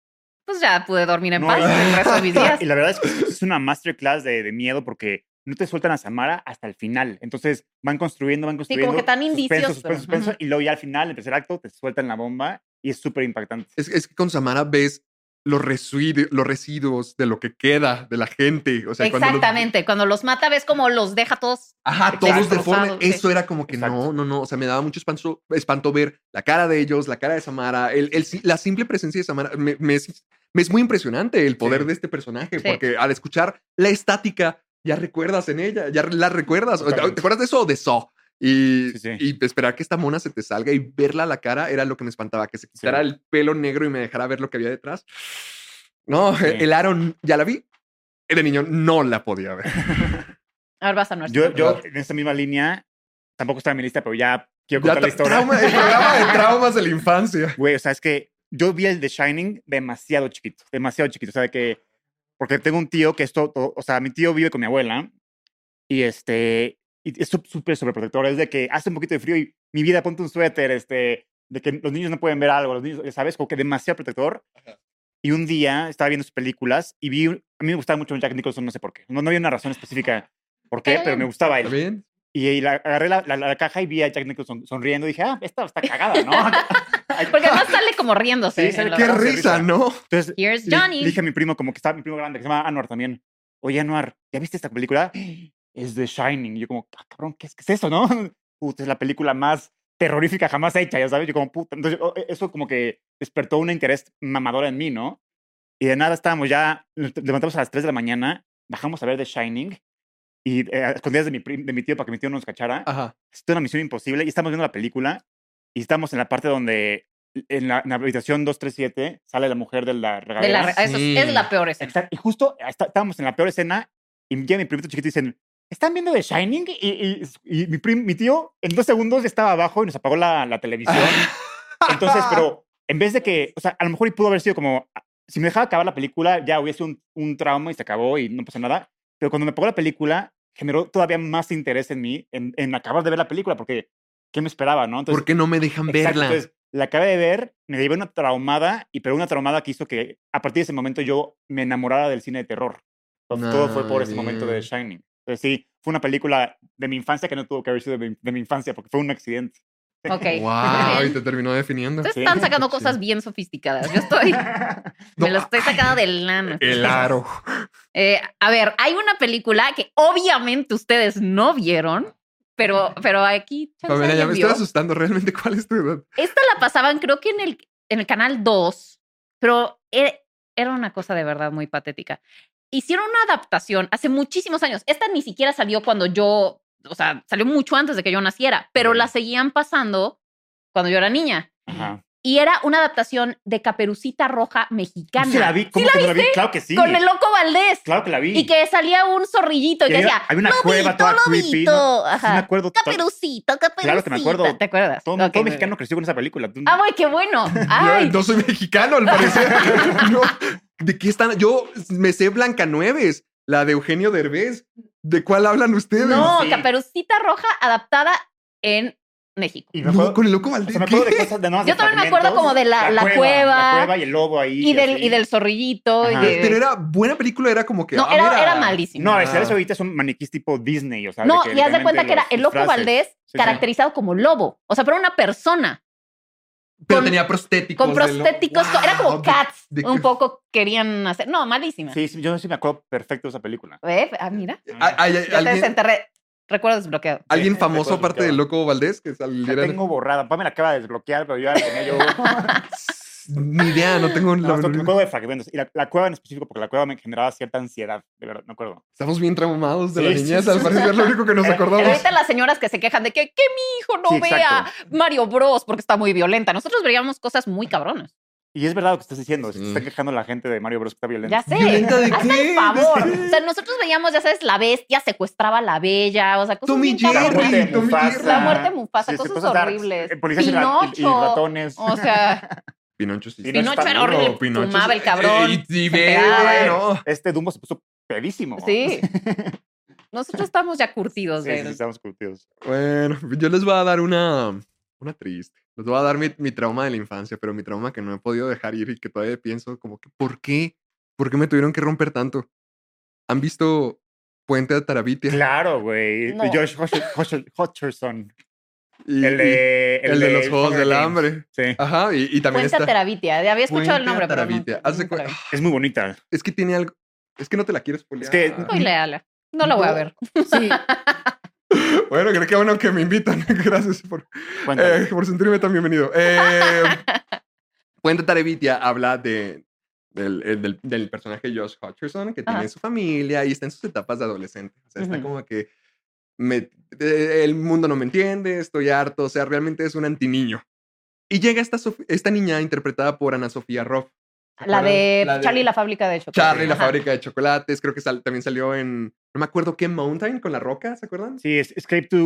pues ya pude dormir en No, paz y- el resto de mis días. Y la verdad es que es una masterclass de, de miedo porque no te sueltan a Samara hasta el final. Entonces van construyendo, van como construyendo. que tan indicios, Suspenso, pero- suspenso, suspenso. Ujú. Y luego ya al final, el tercer acto, te sueltan la bomba y es súper impactante. Es, es que con Samara ves los, residu- los residuos de lo que queda de la gente. O sea, Cuando los- Exactamente. Cuando los mata, ves como los deja todos. Ajá, todos Exacto. deformes. Destrozados, sí. Eso era como que no, Exacto. no, no. O sea, me daba mucho espanto, espanto ver la cara de ellos, la cara de Samara, el, el si- la simple presencia de Samara. Me, me es, me es muy impresionante el poder Sí. de este personaje, Sí. porque al escuchar la estática, ya recuerdas en ella, ya la recuerdas. O- ¿Te Totalmente. acuerdas de eso o de eso? Y, Sí, sí. y esperar que esta mona se te salga y verla a la cara era lo que me espantaba, que se quitara el pelo negro y me dejara ver lo que había detrás. No, Sí. el Aaron ya la vi. De niño no la podía ver. A ver, vas a nuestro. Yo, yo, en esta misma línea, tampoco está en mi lista, pero ya quiero contar Ya la tra- historia. trauma- el programa de traumas de la infancia. Güey, o sea, es que yo vi el The Shining demasiado chiquito, demasiado chiquito. O sea, de que. Porque tengo un tío que esto. O sea, mi tío vive con mi abuela y este. Y es sup- súper sobreprotector. Es de que hace un poquito de frío y mi vida ponte un suéter, este. De que los niños no pueden ver algo, los niños, ¿sabes? Como que demasiado protector. Y un día estaba viendo sus películas y vi. un- A mí me gustaba mucho Jack Nicholson, no sé por qué. No, no había una razón específica por qué, pero me gustaba él. ¿Bien? Y, y la- agarré la, la- la caja y vi a Jack Nicholson sonriendo y dije, ah, esta está cagada, ¿no? Porque además sale como riéndose. Sí, sale- en la Qué verdad. verdad, sí, risa, risa. ¿no? Entonces Here's Le- Johnny. Le dije a mi primo, como que estaba mi primo grande, que se llama Anuar también. Oye, Anuar, ¿ya viste esta película? Es The Shining. Y yo como, "Ah, cabrón, ¿qué es, qué es eso, no? Puta, es la película más terrorífica jamás hecha, ya sabes. Yo como, puta. Entonces, o- eso como que despertó un interés mamador en mí, ¿no? Y de nada estábamos ya, nos levantamos a las 3 de la mañana, bajamos a ver The Shining y eh, a escondidas de mi, prim- de mi tío para que mi tío no nos cachara Ajá. es una misión imposible y estamos viendo la película y estamos en la parte donde en la, en la habitación 237 sale la mujer de la regadera. De la re- eso es- Sí. es la peor escena. Exacto. Y justo ah, está- estábamos en la peor escena y llega mi primito chiquito y dicen, ¿están viendo The Shining? Y, y- y mi, prim- mi tío en dos segundos estaba abajo y nos apagó la, la Ah, televisión. Entonces, pero en vez de que, o sea, a lo mejor y pudo haber sido como, ah, si me dejaba acabar la película, ya hubiese un, un trauma y se acabó y no pasa nada. Pero cuando me apagó la película, generó todavía más interés en mí, en, en acabar de ver la película, porque ¿qué me esperaba, no? ¿Por qué no me dejan Exacto, verla? entonces, la acabé de ver, me llevé una traumada, y pero una traumada que hizo que a partir de ese momento yo me enamorara del cine de terror. Entonces, todo fue por ese momento de Nice. The Shining. Entonces, sí, fue una película de mi infancia que no tuvo que haber sido de mi, de mi infancia porque fue un accidente. Ok. Wow, y Bien. te terminó definiendo. Ustedes Sí. están sacando Sí. cosas bien sofisticadas. Yo estoy. Me lo estoy sacando del lano. El aro. Eh, a ver, hay una película que obviamente ustedes no vieron, Pero, pero aquí. chance, Pamela, ya alguien me vio. estoy asustando realmente cuál es tu edad. Esta la pasaban, creo que en el, en el canal 2, pero e- era una cosa de verdad muy patética. Hicieron una adaptación hace muchísimos años. Esta ni siquiera salió cuando yo, o sea, salió mucho antes de que yo naciera, pero Ok. la seguían pasando cuando yo era niña. Ajá. Y era una adaptación de Caperucita Roja mexicana. Sí la vi. ¿Cómo que no la vi? Claro que sí. Con el loco Valdés. Claro que la vi. Y que salía un zorrillito y Y que había- decía, había una cueva toda creepy, lobito". ¿no? Sí, me Ajá. acuerdo. to- Caperucita, caperucita. Claro que me acuerdo. ¿Te acuerdas? Todo, todo Ok, muy mexicano bien. creció con esa película. Tú- Ah, güey, qué bueno. Yo Ay, no soy mexicano, al parecer. No, ¿De qué están? Yo me sé Blancanueves, la de Eugenio Derbez. ¿De cuál hablan ustedes? No, Sí. Caperucita Roja adaptada en México. y me No, acuerdo, con el loco o Valdés. sea, me acuerdo de ¿qué? cosas de nada más Yo de también me acuerdo fragmentos. como de la- la La cueva. cueva y el lobo ahí. Y del, así. y del zorrillito. y Ajá. de- Pero era buena película, era como que. no, ah, era, mira. era malísimo. No, Ah. es eso ahorita son maniquís tipo Disney, o sea. No, que y haz de cuenta que era literalmente el los loco disfraces. Valdés sí. caracterizado como lobo. O sea, pero una persona Pero con- tenía prostéticos. con de lo- prostéticos. co- Era como Wow, de- Cats. de- un poco querían hacer. No, malísima. Sí, sí, yo sí me acuerdo perfecto de esa película. ¿Eh? Ah, mira. Ah, ah, ah, Ya te alguien, desenterré. Recuerdo desbloqueado. alguien Sí, famoso recuerdo aparte que- del loco Valdés que La saliera. tengo borrada. Pam me la acaba de desbloquear, pero yo ya la tenía yo. Ni idea, no tengo. la No, menor me idea. acuerdo de fragmentos. Y la, la cueva en específico, porque la cueva me generaba cierta ansiedad. De verdad, me acuerdo. Estamos bien traumados de la Sí, sí, niñez, sí, al sí. Eh, parecer es lo único que nos Era- acordamos. Pero ahorita las señoras que se quejan de que, que mi hijo no Sí, vea exacto. Mario Bros porque está muy violenta. Nosotros veíamos cosas muy cabronas. Y es verdad lo que estás diciendo. Se Sí. está quejando la gente de Mario Bros. que está violento. Ya sé. ¿Violenta de Hazme qué? el favor. O sea, nosotros veíamos, ya sabes, la bestia secuestraba a la bella, o sea, cosas Tommy bien cabronas. La muerte de Jerry, Tommy Mufasa. Jerry. La muerte de Mufasa, Sí, sí, cosas darks. horribles. Eh, Policías y ra- y, y Pinocho. Oh. ratones. O sea, Pinocho sí. Pinocho Pinocho está era duro, horrible, Pinocho fumaba sí. el cabrón. Eh, y se ve, pegaba. Ay, no. Este Dumbo se puso pedísimo. Sí. Nosotros estamos ya curtidos Sí, de sí, sí, estamos curtidos. Bueno, yo les voy a dar una, una triste. Les voy a dar mi, mi trauma de la infancia, pero mi trauma que no he podido dejar ir y que todavía pienso como que, ¿por qué? ¿Por qué me tuvieron que romper tanto? ¿Han visto Puente de Tarabitia? Claro, güey. No. Josh Hutcher- Hutcher- Hutcherson. Y- El de, y- el de los Juegos Hunger del Games. Hambre. Sí. Ajá, y, y también Cuenta está... Terabitia. Ya había escuchado el Puente nombre, a pero. Terabitia. No, Haz de nunca la vi. Es muy bonita. Es que tiene algo... Es que no te la quieres spoilear. que- Spoileala. No la voy a No. ver. Sí. Bueno, creo que bueno que me invitan. Gracias por... Eh, por sentirme tan bienvenido. Eh, Puente Tarevitia habla de, del, el- del, del personaje Josh Hutcherson que Ajá. tiene su familia y está en sus etapas de adolescente. O sea, está Ujú. como que me- eh, el mundo no me entiende, estoy harto. O sea, realmente es un antiniño. Y llega esta, Sof- esta niña interpretada por Ana Sofía Roth. ¿Se La de, acuerdan? La de- Charlie y la fábrica de chocolate. Charlie, la Ajá. fábrica de chocolates. Creo que sal- también salió en. No me acuerdo qué Mountain con la roca, ¿se acuerdan? Sí, es Escape to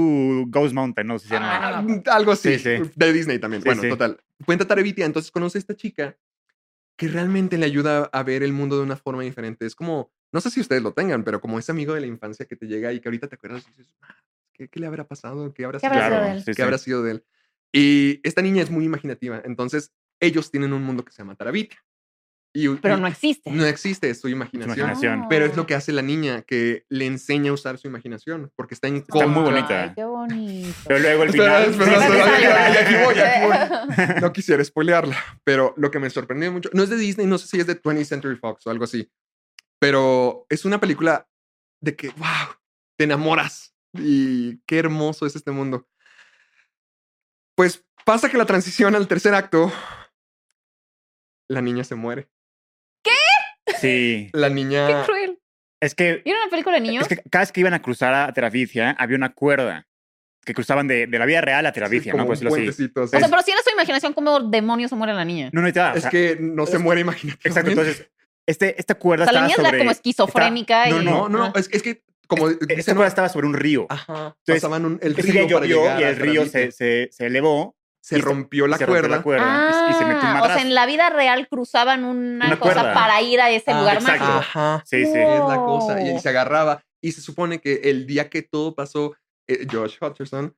Ghost Mountain, no sé si se llama. Ah, algo Sí, así. sí. De Disney también. Sí, bueno, sí. total. Cuenta Tarevitia, entonces conoce a esta chica que realmente le ayuda a ver el mundo de una forma diferente. Es como, no sé si ustedes lo tengan, pero como ese amigo de la infancia que te llega y que ahorita te acuerdas y dices, "Ah, ¿qué, qué le habrá pasado? ¿Qué habrá ¿Qué sido? habrá sido de de él? él? sí, ¿Qué sí. habrá sido de él? Y esta niña es muy imaginativa. Entonces, ellos tienen un mundo que se llama Taravitia. Y, Pero y no existe. no existe, es su imaginación. imaginación. imaginación. Pero es lo que hace la niña, que le enseña a usar su imaginación, porque está en Está muy contra- bonita. Ay, qué bonito. Pero luego el Espera, final. espera, Sí, sí, espera, sí, espera, sí, ya, sí. ya, voy, ya no quisiera spoilearla, pero lo que me sorprendió mucho, no es de Disney, no sé si es de 20th Century Fox o algo así, pero es una película de que, wow, te enamoras y qué hermoso es este mundo. Pues pasa que la transición al tercer acto, la niña se muere. Sí. La Qué niña... cruel. Es que, ¿Y era una película de niños? es que cada vez que iban a cruzar a Teravicia, había una cuerda que cruzaban de, de la vida real a Teravicia, ¿no? como Por un decirlo así. puentecito, así. o sea, pero si era su imaginación, ¿cómo demonios se muere la niña? No, no, y te va, Ah, o es sea, que no se es- muere imaginativamente. Exacto, entonces, este, esta cuerda o sea, la estaba niña sobre... era como esquizofrénica está- No, y. no, no, Ah. es, es que como... Esta dicen, cuerda estaba sobre un río. Ajá, Entonces, pasaban un- el Ese día río para llovió llegar y a el río se, Traviti. se, se elevó. se y se- rompió la se rompió cuerda. la cuerda y- y se metió un Ah, o sea, madrazo. en la vida real cruzaban una, Una cosa cuerda. para ir a ese Ah, lugar exacto. mágico. Ajá. Sí, sí. Wow. Es la cosa. Y, y se agarraba. Y se supone que el día que todo pasó, eh, Josh Hutcherson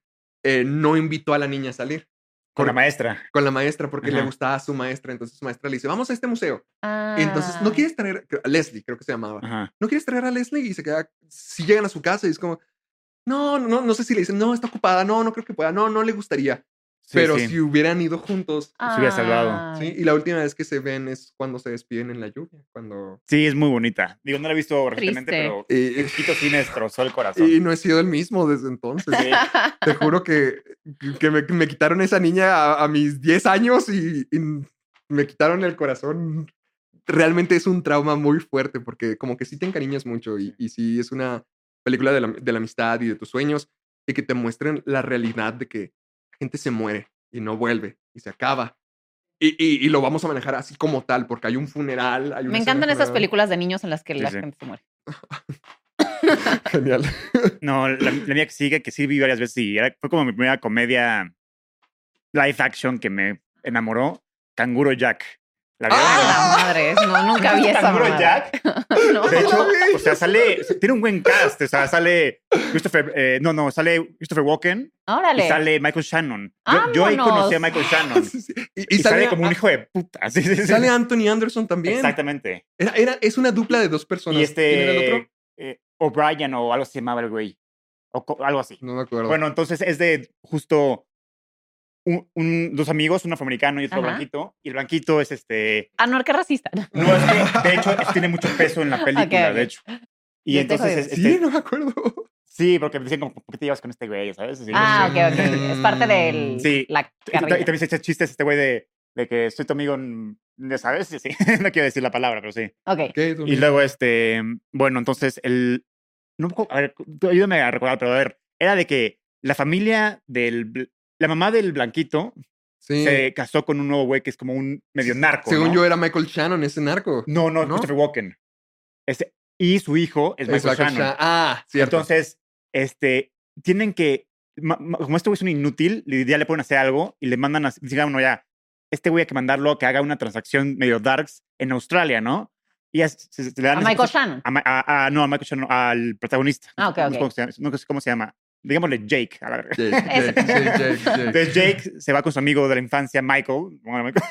eh, no invitó a la niña a salir Con la Por- maestra. con la maestra porque le Ajá. gustaba su maestra. Entonces su maestra le dice, vamos a este museo. Ah. Entonces, ¿no quieres traer a Leslie? Creo que se llamaba. Ajá. ¿No quieres traer a Leslie? Y se queda, si llegan a su casa y es como, no, no, no sé si le dicen, no, está ocupada, no, no creo que pueda, no, no le gustaría. Sí, pero sí. si hubieran ido juntos. Se hubiera salvado. ¿sí? Y la última vez que se ven es cuando se despiden en la lluvia. Cuando. Sí, es muy bonita. Digo, no la he visto recientemente, Triste. pero Y, Quito sí me destrozó el corazón. y no he sido el mismo desde entonces. Sí. Te juro que, que me, me quitaron esa niña a, a mis 10 años y, y me quitaron el corazón. Realmente es un trauma muy fuerte porque como que sí te encariñas mucho y, y sí es una película de la, de la amistad y de tus sueños y que te muestren la realidad de que gente se muere y no vuelve y se acaba. Y, y- y lo vamos a manejar así como tal porque hay un funeral. Me hay una escena encantan de esas funeral. películas de niños en las que Sí, la sí. gente se muere. Genial. No, la, la mía que sigue, que sí vi varias veces y era- fue como mi primera comedia live action que me enamoró, Canguro Jack. ¿La vieron? ¡Ah, la madre! No, nunca vi esa ¿Canguro mamada. Jack? No. De hecho, Ay. o sea, sale, tiene un buen cast, o sea, sale Christopher, eh, no, no, sale Christopher Walken y Órale. sale Michael Shannon. Yo, yo ahí ¡Vámonos! conocí a Michael Shannon Sí, sí. Y, y y, sale, sale, como un hijo de puta. Sí, sí, sí. sale Anthony Anderson también. Exactamente. Era, era- es una dupla de dos personas. Y ¿Quién era el otro? este, eh, O'Brien o algo se llamaba el güey, o co- algo así. No me acuerdo. Bueno, entonces es de justo un- un- dos amigos, uno afroamericano y otro Ajá. blanquito. Y el blanquito es este. Ah, no, qué racista. No, es que, de hecho, es- tiene mucho peso en la película, ok. de hecho. Y Ya estoy entonces. jodida. es- sí, este- no me acuerdo. sí, porque dicen, como, ¿por qué te llevas con este güey? ¿Sabes? Sí, Ah, no ok, sé. ok. Es parte de Sí. la Y, ta- y carrera. también se echa chistes este güey de, de que soy tu amigo, mm, ya sabes. Sí, sí. no quiero decir la palabra, pero sí. Ok. ¿Qué, Tony? Y luego, este. Bueno, entonces, el. No, me acuerdo- a ver, tú ayúdame a recordar, pero a ver. Era de que la familia del. bl- La mamá del blanquito Sí. se casó con un nuevo güey que es como un medio narco. Según ¿no? yo era Michael Shannon, ese narco. No, no, ¿no? Christopher Walken. Este, y su hijo es Es Michael Michael Shannon. Shan- Ah, cierto. Entonces, este, tienen que. ma- ma- Como este güey es un inútil, le- ya le ponen a hacer algo y le mandan a. Digan, no, ya. Este güey hay que mandarlo a que haga una transacción medio darks en Australia, ¿no? Y ya se- se- se le dan A esas Michael cosas- Shannon. a Ma- a- a- no, a Michael Shannon, al protagonista. Ah, ok, No sé ok. Mm. cómo se llama- no sé cómo se llama. Digámosle Jake, a la verga. Jake, Jake, Jake, Jake, Jake. Entonces Jake se va con su amigo de la infancia, Michael, bueno, Michael,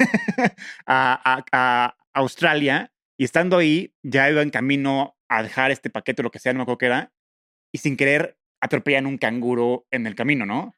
a, a- a Australia y estando ahí ya iba en camino a dejar este paquete o lo que sea, no me acuerdo qué era, y sin querer atropellan un canguro en el camino, ¿no?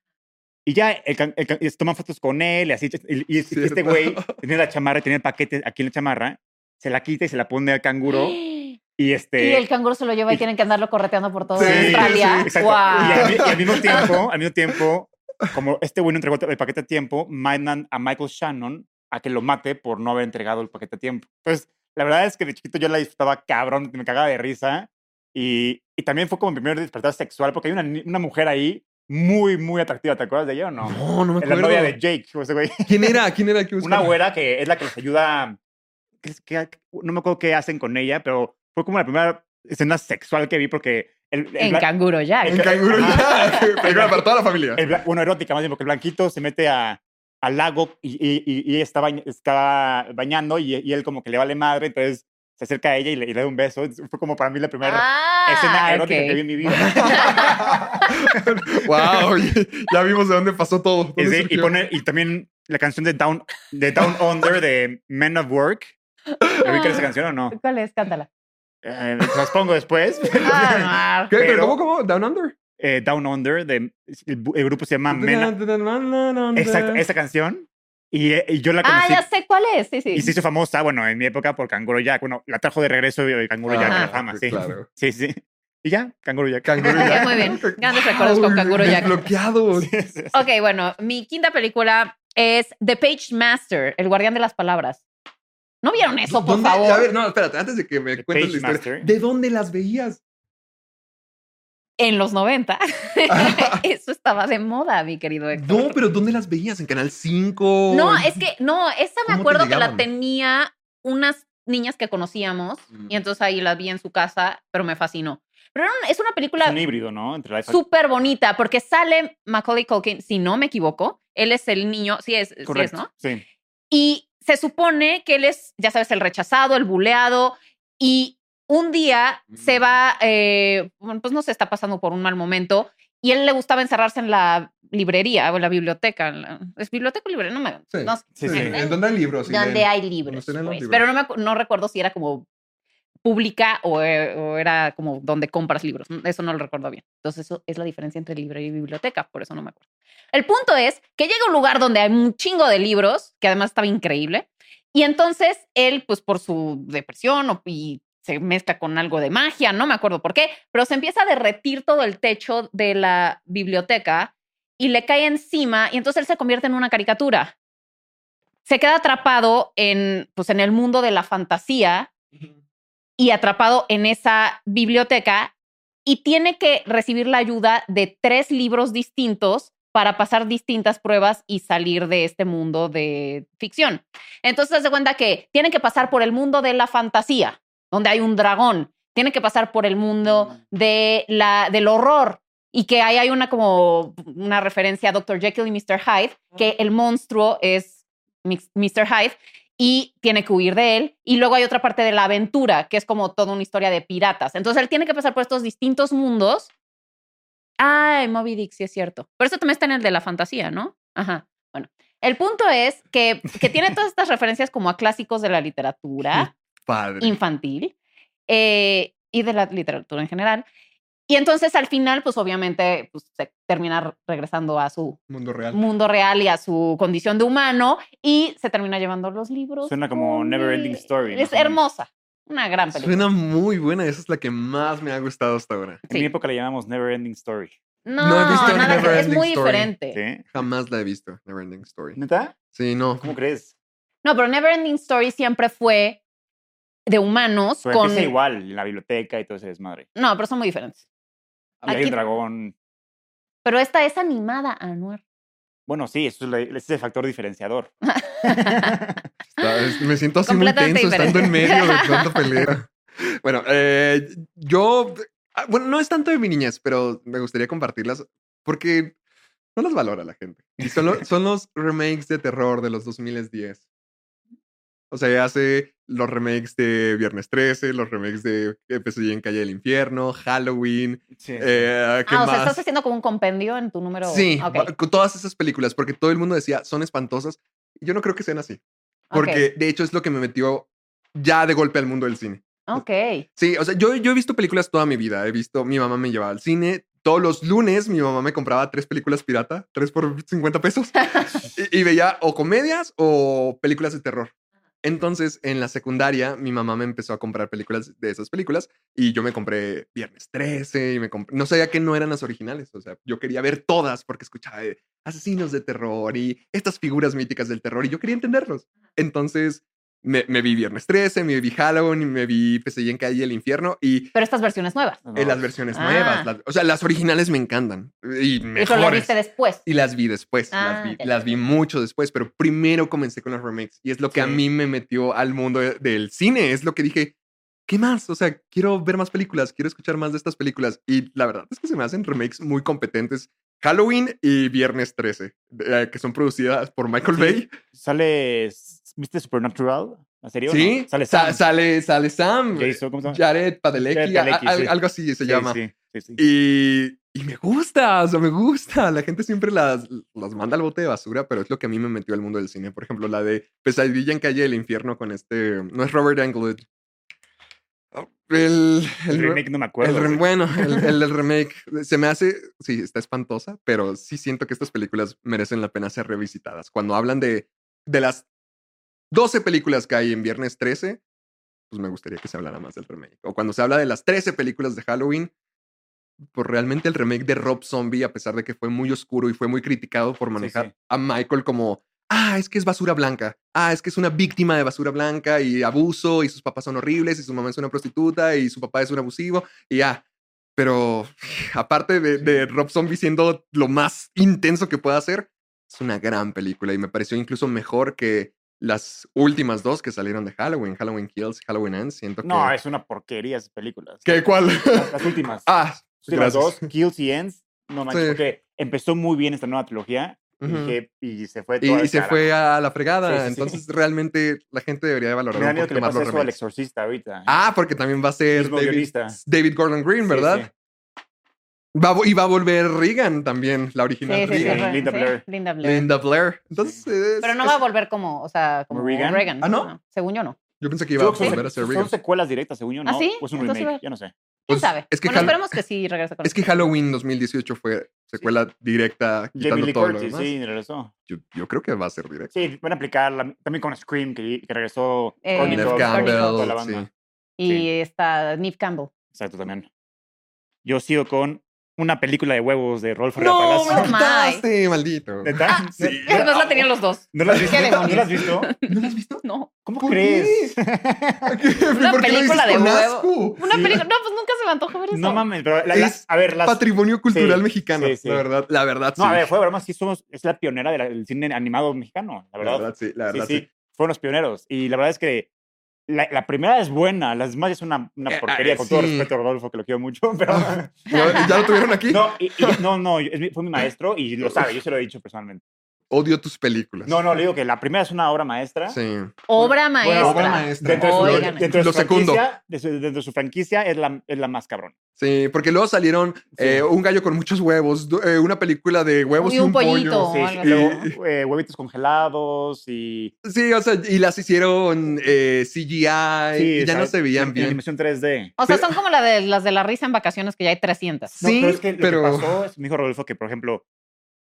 Y ya el can- el can- y se toman fotos con él, y así, y, y este Cierto. güey tenía la chamarra, tenía el paquete aquí en la chamarra, se la quita y se la pone al canguro Y y este... el canguro se lo lleva y tienen que andarlo correteando por toda Sí, Australia. sí, Exacto. Y, Pues, Guau. al, mi- y al mismo tiempo, al mismo tiempo, como este güey no entregó el paquete a tiempo, mandan a Michael Shannon a que lo mate por no haber entregado el paquete a tiempo. Entonces, la verdad es que de chiquito yo la disfrutaba cabrón, me cagaba de risa. Y, y también fue como mi primer despertar sexual, porque hay una, ni- una mujer ahí muy, muy atractiva. ¿Te acuerdas de ella o no? No, no me Es la acuerdo. novia de Jake, o ese güey. ¿Quién era? ¿Quién era el que Una buscaba? güera que es la que les ayuda. que es- que- no me acuerdo qué hacen con ella, pero fue como la primera escena sexual que vi porque. El, el En bla- canguro Jack. En canguro Ah. ya. Película para toda la familia. el bla- bueno, erótica más bien, porque el blanquito se mete a- al lago y, y, y- y ella está, bañ- está bañando y, y él como que le vale madre, entonces se acerca a ella y le, y le da un beso. Entonces, Fue como para mí la primera Ah, escena erótica ok. que vi en mi vida. wow, ya vimos de dónde pasó todo. y, ¿Dónde sí, y surgió? pone- y también la canción de Down, de Down Under de Men of Work. ¿Le ubican esa canción o no? ¿Cuál es? Cántala. Eh, se las pongo después. Ah, ¿Qué? ¿Pero, pero- cómo, cómo? ¿Down Under? Eh, Down Under, de, el, bu- el grupo se llama Men Exacto, Ah, esa canción. Y, eh, y yo la Ah, conocí ya sé cuál es. Sí, sí. Y se hizo famosa, bueno, en mi época por Canguro Jack. Bueno, la trajo de regreso y Canguro Jack a la Ajá. fama, sí. Ah, Claro. Sí, sí. Y ya, Canguro Jack. Canguro Ok, Jack. muy bien. Grandes recuerdos con Canguro Jack. Bloqueados. Sí, sí, sí. Ok, bueno, mi quinta película es The Page Master, El Guardián de las Palabras. ¿No vieron eso, por ¿Dónde- favor? A ver, no, espérate, antes de que me The cuentes la Page historia. Master. ¿De dónde las veías? En los 90. eso estaba de moda, mi querido Héctor. No, pero ¿dónde las veías? ¿En Canal 5? No, es que, no, esa me ¿Cómo te acuerdo que la llegaban? tenía unas niñas que conocíamos Mm. y entonces ahí la vi en su casa, pero me fascinó. Pero era una- es una Es película un híbrido, ¿no? Entre la súper bonita porque sale Macaulay Culkin, si no me equivoco, él es el niño, sí es, sí es, Correcto. ¿no? Sí. Y se supone que él es, ya sabes, el rechazado, el buleado y un día Mm. se va, eh, bueno, pues no se está pasando por un mal momento y él le gustaba encerrarse en la librería o en la biblioteca. en la- ¿Es biblioteca o librería? No me... Sí. no sé. Sí, sí. ¿En dónde hay libros? Y donde leen. hay libros. Donde están los pues. libros. Pero no, me acu- no recuerdo si era como pública o, eh, o era como donde compras libros. mm, Eso no lo recuerdo bien. Entonces, eso es la diferencia entre librería y biblioteca, por eso no me acuerdo. El punto es que llega a un lugar donde hay un chingo de libros, que además estaba increíble, y entonces él, pues por su depresión o- y se mezcla con algo de magia, no me acuerdo por qué, pero se empieza a derretir todo el techo de la biblioteca y le cae encima y entonces él se convierte en una caricatura. Se queda atrapado en, pues, en el mundo de la fantasía y atrapado en esa biblioteca y tiene que recibir la ayuda de tres libros distintos para pasar distintas pruebas y salir de este mundo de ficción. Entonces, se cuenta que tiene que pasar por el mundo de la fantasía, donde hay un dragón, tiene que pasar por el mundo de la, del horror y que ahí hay una como una referencia a Dr. Jekyll y Mr. Hyde, que el monstruo es Mix- Mr. Hyde y tiene que huir de él. Y luego hay otra parte de la aventura, que es como toda una historia de piratas. Entonces él tiene que pasar por estos distintos mundos. Ay, Moby Dick, sí es cierto. Pero eso también está en el de la fantasía, ¿no? Ajá. Bueno, el punto es que, que tiene todas estas referencias como a clásicos de la literatura Padre. infantil eh, y de la literatura en general. Y entonces al final, pues obviamente, pues, se termina re- regresando a su Mundo real. mundo real y a su condición de humano y se termina llevando los libros. Suena como con Never él. Ending Story, Es más o menos. hermosa, una gran película. Suena muy buena. Esa es la que más me ha gustado hasta ahora. En mi época le llamamos Never Ending Story. No, No he visto nada que- Never es muy Ending Story. diferente. ¿Sí? Jamás la he visto. Never Ending Story. ¿Neta? Sí, no. ¿Cómo crees? No, pero Never Ending Story siempre fue de humanos Con... con... Empieza igual, en la biblioteca y todo ese desmadre. No, pero son muy diferentes. Y hay Aquí- un dragón. Pero esta es animada, Anuar. Bueno, sí, eso es la- ese es el factor diferenciador. Está- es- me siento así muy Completamente tenso estando en diferente. medio de tanta pelea. Bueno, eh, yo. ah, Bueno, no es tanto de mi niñez, pero me gustaría compartirlas porque no las valora la gente. Y son, lo- son los remakes de terror de los 2010. O sea, hace los remakes de Viernes 13, los remakes de Pesadilla en Calle del Infierno, Halloween. Sí. eh, ¿qué Ah, o sea, más? estás haciendo como un compendio en tu número. Sí, Ok, va- con todas esas películas, porque todo el mundo decía, son espantosas. Yo no creo que sean así, porque de hecho es lo que me metió ya de golpe al mundo del cine. ok, ok. Sí, o sea, yo, yo he visto películas toda mi vida, he visto, mi mamá me llevaba al cine, todos los lunes mi mamá me compraba tres películas pirata, tres por 50 pesos, y, y veía o comedias o películas de terror. Entonces, en la secundaria, mi mamá me empezó a comprar películas de esas películas y yo me compré Viernes 13 y me compré... No sabía que no eran las originales, o sea, yo quería ver todas porque escuchaba de asesinos de terror y estas figuras míticas del terror y yo quería entenderlos. Entonces, me, me vi Viernes 13, me vi Halloween, me vi Pesadilla en Calle del Infierno y Pero estas versiones nuevas. No, en las versiones Ah. nuevas. las- o sea, las originales me encantan y Eso lo mejores. viste después. Y las vi después, Ah, las, vi, ya, ya, las vi mucho después, pero primero comencé con los remakes y es lo que a Sí. mí me metió al mundo de- del cine, es lo que dije, ¿qué más? O sea, quiero ver más películas, quiero escuchar más de estas películas y la verdad es que se me hacen remakes muy competentes. Halloween y Viernes 13, eh, que son producidas por Michael Sí. Bay. Sale. ¿Viste Supernatural? ¿La serie? o no? Sí, Sale Sa- Sam. sale, sale Sam. Jason, ¿cómo se llama? Jared Jared Padalecki, Padalecki, a- a- sí. algo así se Sí, llama. Sí, sí, sí. Y, y me gusta, o sea, me gusta. La gente siempre las, las manda al bote de basura, pero es lo que a mí me metió al mundo del cine. Por ejemplo, la de Pesadilla en Calle del Infierno con este. No es Robert Englund. El, El re- remake no me acuerdo. el re- güey. bueno, el, el- el remake se me hace, sí, está espantosa, pero sí siento que estas películas merecen la pena ser revisitadas. Cuando hablan de, de las 12 películas que hay en Viernes 13, pues me gustaría que se hablara más del remake. O cuando se habla de las 13 películas de Halloween, pues realmente el remake de Rob Zombie, a pesar de que fue muy oscuro y fue muy criticado por manejar sí. a Michael como, ah, es que es basura blanca, ah, es que es una víctima de basura blanca y abuso y sus papás son horribles y su mamá es una prostituta y su papá es un abusivo y ya. Pero aparte de, de Rob Zombie siendo lo más intenso que pueda ser, es una gran película y me pareció incluso mejor que las últimas dos que salieron de Halloween, Halloween Kills y Halloween Ends. Siento que... No, es una porquería esas películas. ¿Qué? ¿Cuál? Las, las últimas. ah, las últimas gracias. dos, Kills y Ends. No manches, Sí. porque empezó muy bien esta nueva trilogía y Ujú. que- y se fue y, toda y se cara. fue a la fregada. Sí, sí, sí. Entonces, realmente la gente debería de valorar Me da un miedo que le poquito más pase los eso al remakes. exorcista ahorita. Ah, porque también va a ser Mismo David, guionista. David Gordon Green, Sí, ¿verdad? sí. Va a vo- y va a volver Regan también, la original Sí, sí, sí, Linda Regan. re- Linda sí, Blair. Linda Blair. Linda Blair. Entonces, Pero no es- va a volver como, o sea, como ¿Como Reagan? Reagan. Ah, ¿no? Según yo no. Yo pensé que iba Yo a creo que volver a ser son, real. son secuelas directas, según yo, ¿Ah, ¿no? sí? O es un remake, Entonces, igual. ya no sé. ¿Quién Pues, sabe? es que bueno, Hal- esperemos que sí regrese con Es que Halloween 2018 fue secuela directa, quitando Jamie Lee todo lo Curtis, demás. sí, regresó. Yo, yo creo que va a ser directa. Sí, van a aplicar la- también con Scream, que, que regresó Eh, Courtney Nick Neve Cox, toda Campbell, la banda. sí. Y sí. está Neve Campbell. Exacto, también. Yo sigo con una película de huevos de Rolf ¡No! Ragapalazzo. ¡Me Oh lo my. quitaste, maldito! ¿Neta? sí. ¿No, Además ah, la tenían los dos. ¿No la has visto? ¿Qué ¿No demonios? la has visto? ¿No lo has visto? No. ¿Cómo ¿Por crees? Una película de huevo. asco? Una Sí. película. No, pues nunca se me antojó ver eso. no mames, pero la- la- Es a ver, las- Patrimonio cultural mexicano, sí, sí. la verdad, la verdad sí. no, a ver, fue broma, sí somos, es la pionera de la- del cine animado mexicano, la la verdad. verdad sí, la verdad sí, sí, fueron los pioneros. Y la verdad es que la, la primera es buena, las demás es una, una Eh, porquería, eh, con todo sí. respeto a Rodolfo, que lo quiero mucho, pero... Ah, sí. ¿Ya, ya lo tuvieron aquí? No, y- y- no, no, es mi- fue mi maestro y lo sabe, yo se lo he dicho personalmente. Odio tus películas. No, no, le digo que la primera es una obra maestra. Sí. Obra maestra. Bueno, obra maestra. Dentro de su, Oigan. dentro de Lo su secundo. franquicia, de su- dentro de su franquicia es la, es la más cabrón. Sí, porque luego salieron eh, un gallo con muchos huevos, do- eh, una película de huevos y, Y un un pollito. pollo. Sí, o sí, algo y luego, eh, huevitos congelados y... Sí, o sea, y las hicieron eh, CGI sí, y ya no ¿sabes? se veían En bien. Animación 3D. O sea, son como la de, las de la risa en vacaciones que ya hay 300. No, Sí, pero es que pero- lo que pasó es, me dijo Rodolfo que, por ejemplo,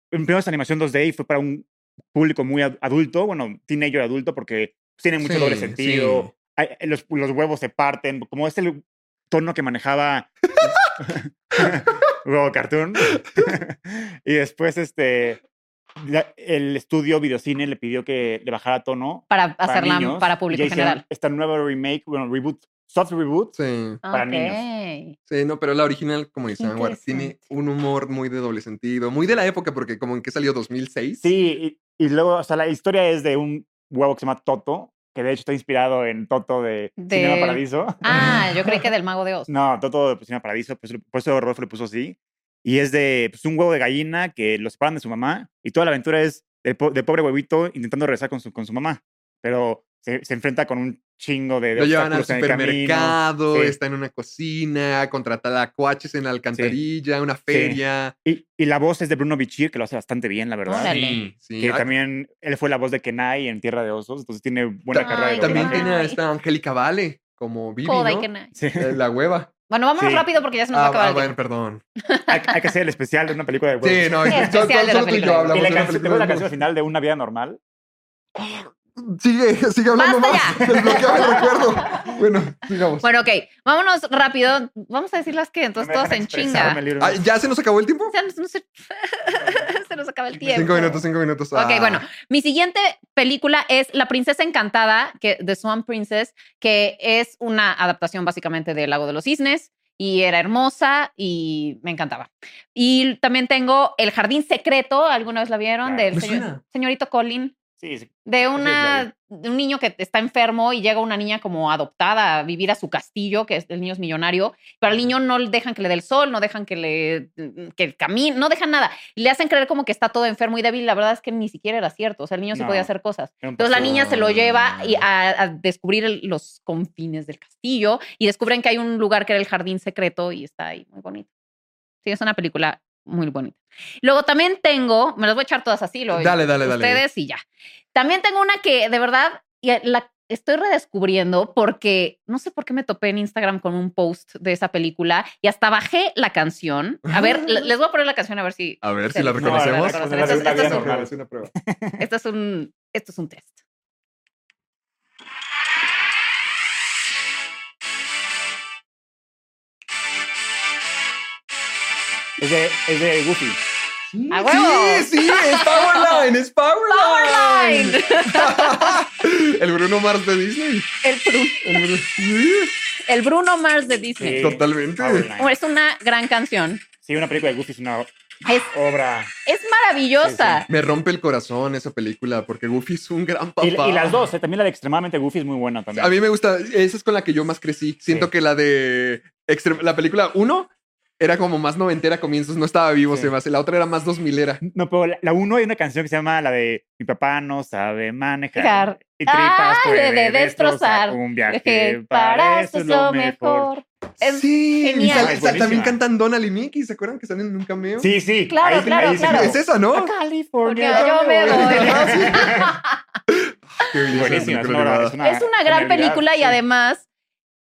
primero esta animación 2D y fue para un público muy ad- adulto, bueno, teenager adulto, porque tiene mucho Sí, doble sentido. Ay, Los, los huevos se parten, como es el tono que manejaba Huevo Cartoon. y después, este, la- el estudio Videocine le pidió que le bajara tono Para para hacerla niños, para y público ya hicieron general. Esta nueva remake, bueno, reboot, soft reboot, Sí, para Ok. sí, no, pero la original, como dice Anwar, tiene interesante. un humor muy de doble sentido, muy de la época, porque como en que salió 2006. Sí, y, y luego, o sea, la historia es de un huevo que se llama Toto, que de hecho está inspirado en Toto de, De- Cinema Paradiso. Ah, yo creí que del Mago de Oz. No, Toto de Cinema Paradiso, pues, por eso Rodolfo le puso así. Y es de pues, un huevo de gallina que lo separan de su mamá y toda la aventura es del, po- del pobre huevito intentando regresar con su, con su mamá, pero se, se enfrenta con un chingo de, de Lo llevan al obstáculos en el camino. supermercado, sí. está en una cocina, contratada a cuaches en la alcantarilla, una feria. Y, y la voz es de Bruno Bichir, que lo hace bastante bien, la verdad. Órale. sí. Que Ah, también él fue la voz de Kenai en Tierra de Osos, entonces tiene buena Ta- carrera. de Ay, Ah, También doblaje. Ay. tiene a esta Angélica Vale, como Vivi, Joder, ¿no? que na- Sí. Eh, La hueva. Bueno, vámonos Sí. rápido porque ya se nos va a Ah, acabar ah, el bueno, tiempo. perdón. hay, hay que hacer el especial de una película de huevos. Sí, no, Sí, yo- especial solo- de la solo tú y película. yo hablamos Y de la una canción, ¿te película. acuerdas la de canción final de Una Vida Normal? huevos. Sigue, sigue hablando Basta más. ya. Desbloqueaba el recuerdo. Bueno, sigamos. Bueno, ok, vámonos rápido. Vamos a decir las que entonces Pues todos en chinga. Ah, ¿Ya se nos acabó el tiempo? Se nos, no se- se nos acaba el tiempo. Cinco minutos, cinco minutos. Ah. Ok, bueno, mi siguiente película es La Princesa Encantada, que The Swan Princess, que es una adaptación básicamente del Lago de los Cisnes y era hermosa y me encantaba. Y también tengo El Jardín Secreto, ¿alguna vez la vieron? Claro. Del Me señor- suena. señorito Colin. Sí, sí. De, Así es, una, Gaby. de un niño que está enfermo y llega una niña como adoptada a vivir a su castillo, que es- el niño es millonario, pero al niño no le dejan que le dé el sol, no dejan que le mm, que camine, no dejan nada. Y le hacen creer como que está todo enfermo y débil. La verdad es que ni siquiera era cierto. O sea, el niño sí No. podía hacer cosas. Era un Entonces la pastor. niña se Oh. lo lleva y a, a descubrir el- los confines del castillo y descubren que hay un lugar que era el jardín secreto y está ahí muy bonito. Sí, es una película muy bonita. Luego también tengo, me las voy a echar todas así, lo, Dale, dale, dale. ustedes y ya. También tengo una que de verdad y la estoy redescubriendo porque no sé por qué me topé en Instagram con un post de esa película y hasta bajé la canción. A ver, le- les voy a poner la canción a ver si oh, A ver Sí, si la no, reconocemos. la Esto reconocen. Esto es- esto es una un- prueba, es una prueba. esto este es un esto es un test. Es de, es de Goofy. ¡A huevo! Sí, sí, es Powerline, es Powerline. Powerline. el Bruno Mars de Disney. El, Bru- El Bruno- sí, el Bruno Mars de Disney. Sí. totalmente. Powerline. Es una gran canción. Sí, una película de Goofy es una Es, obra. es maravillosa. Me rompe el corazón esa película porque Goofy es un gran papá. Y, y las dos, eh, también la de Extremadamente Goofy es muy buena también. A mí me gusta, esa es con la que yo más crecí. Siento Sí. que la de extrem- la película 1 era como más noventera a comienzos, no estaba vivo, Sí. se me hace. La otra era más dos milera. No, pero la, la uno hay una canción que se llama la de Mi papá no sabe manejar. Car- Y tripas Ay, puede de destrozar. Un Que viaje para eso es lo mejor. mejor. Es- sí, y genial. sal- Ah, es sal- buenísima. también cantan Donald y Mickey, ¿se acuerdan que están en un cameo? Sí, sí. Claro, ahí- claro, ahí sí claro. me- Es esa, ¿no? California. Porque yo me voy. Ah, sí. Qué belleza de Buenísima, es película una, obra- animada. es una es una gran genialidad, película y Ah, sí. además,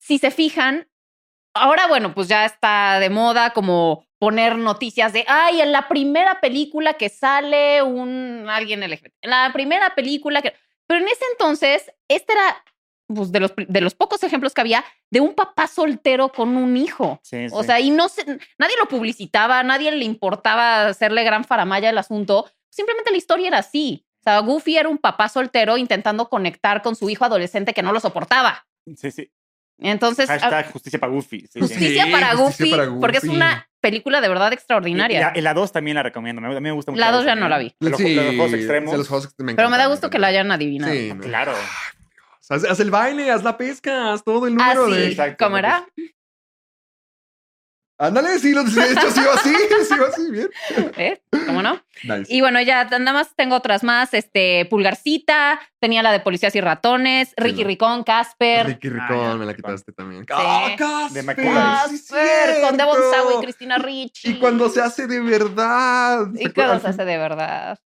si se fijan, ahora bueno, pues ya está de moda como poner noticias de, ay, en la primera película que sale un alguien LGBT, en la primera película que... Pero en ese entonces, este era pues, de, los, pri- de los pocos ejemplos que había de un papá soltero con un hijo. Sí, O sí. sea, y no se- nadie lo publicitaba, nadie le importaba hacerle gran faramaya al asunto. Simplemente la historia era así. O sea, Goofy era un papá soltero intentando conectar con su hijo adolescente que no lo soportaba. sí, sí. Entonces, ah, Hashtag justicia para Goofy. Sí, sí. justicia, Sí, para justicia Goofy, para porque es Goofy. una película de verdad Y la- extraordinaria. Y la 2 también la recomiendo. me- A mí me gusta mucho. La dos ya también. no la vi. De los, de los juegos extremos. de los juegos extremos, Pero me da encantan, gusto que la hayan encantan. adivinado. Sí, me- Claro. Haz, haz el baile, haz la pesca, haz todo el número Así, de. Exacto, Ah, ¿cómo era? Ándale, sí, lo, de hecho sí iba así, sí iba así, bien. ¿Ves? ¿Eh? ¿Cómo no? Nice. Y bueno, ya nada más tengo otras más. Este, Pulgarcita, tenía la de Policías y Ratones, Ricky la- Ricón, Casper. Ricky Ricón, Ah, ya, me la Ricón. quitaste también. ¡Ah, De Casper! Macaulay. Sí, Casper, con Devon cierto. Sawa y Cristina Ricci. Y cuando se hace de verdad. Y cuando se hace de verdad.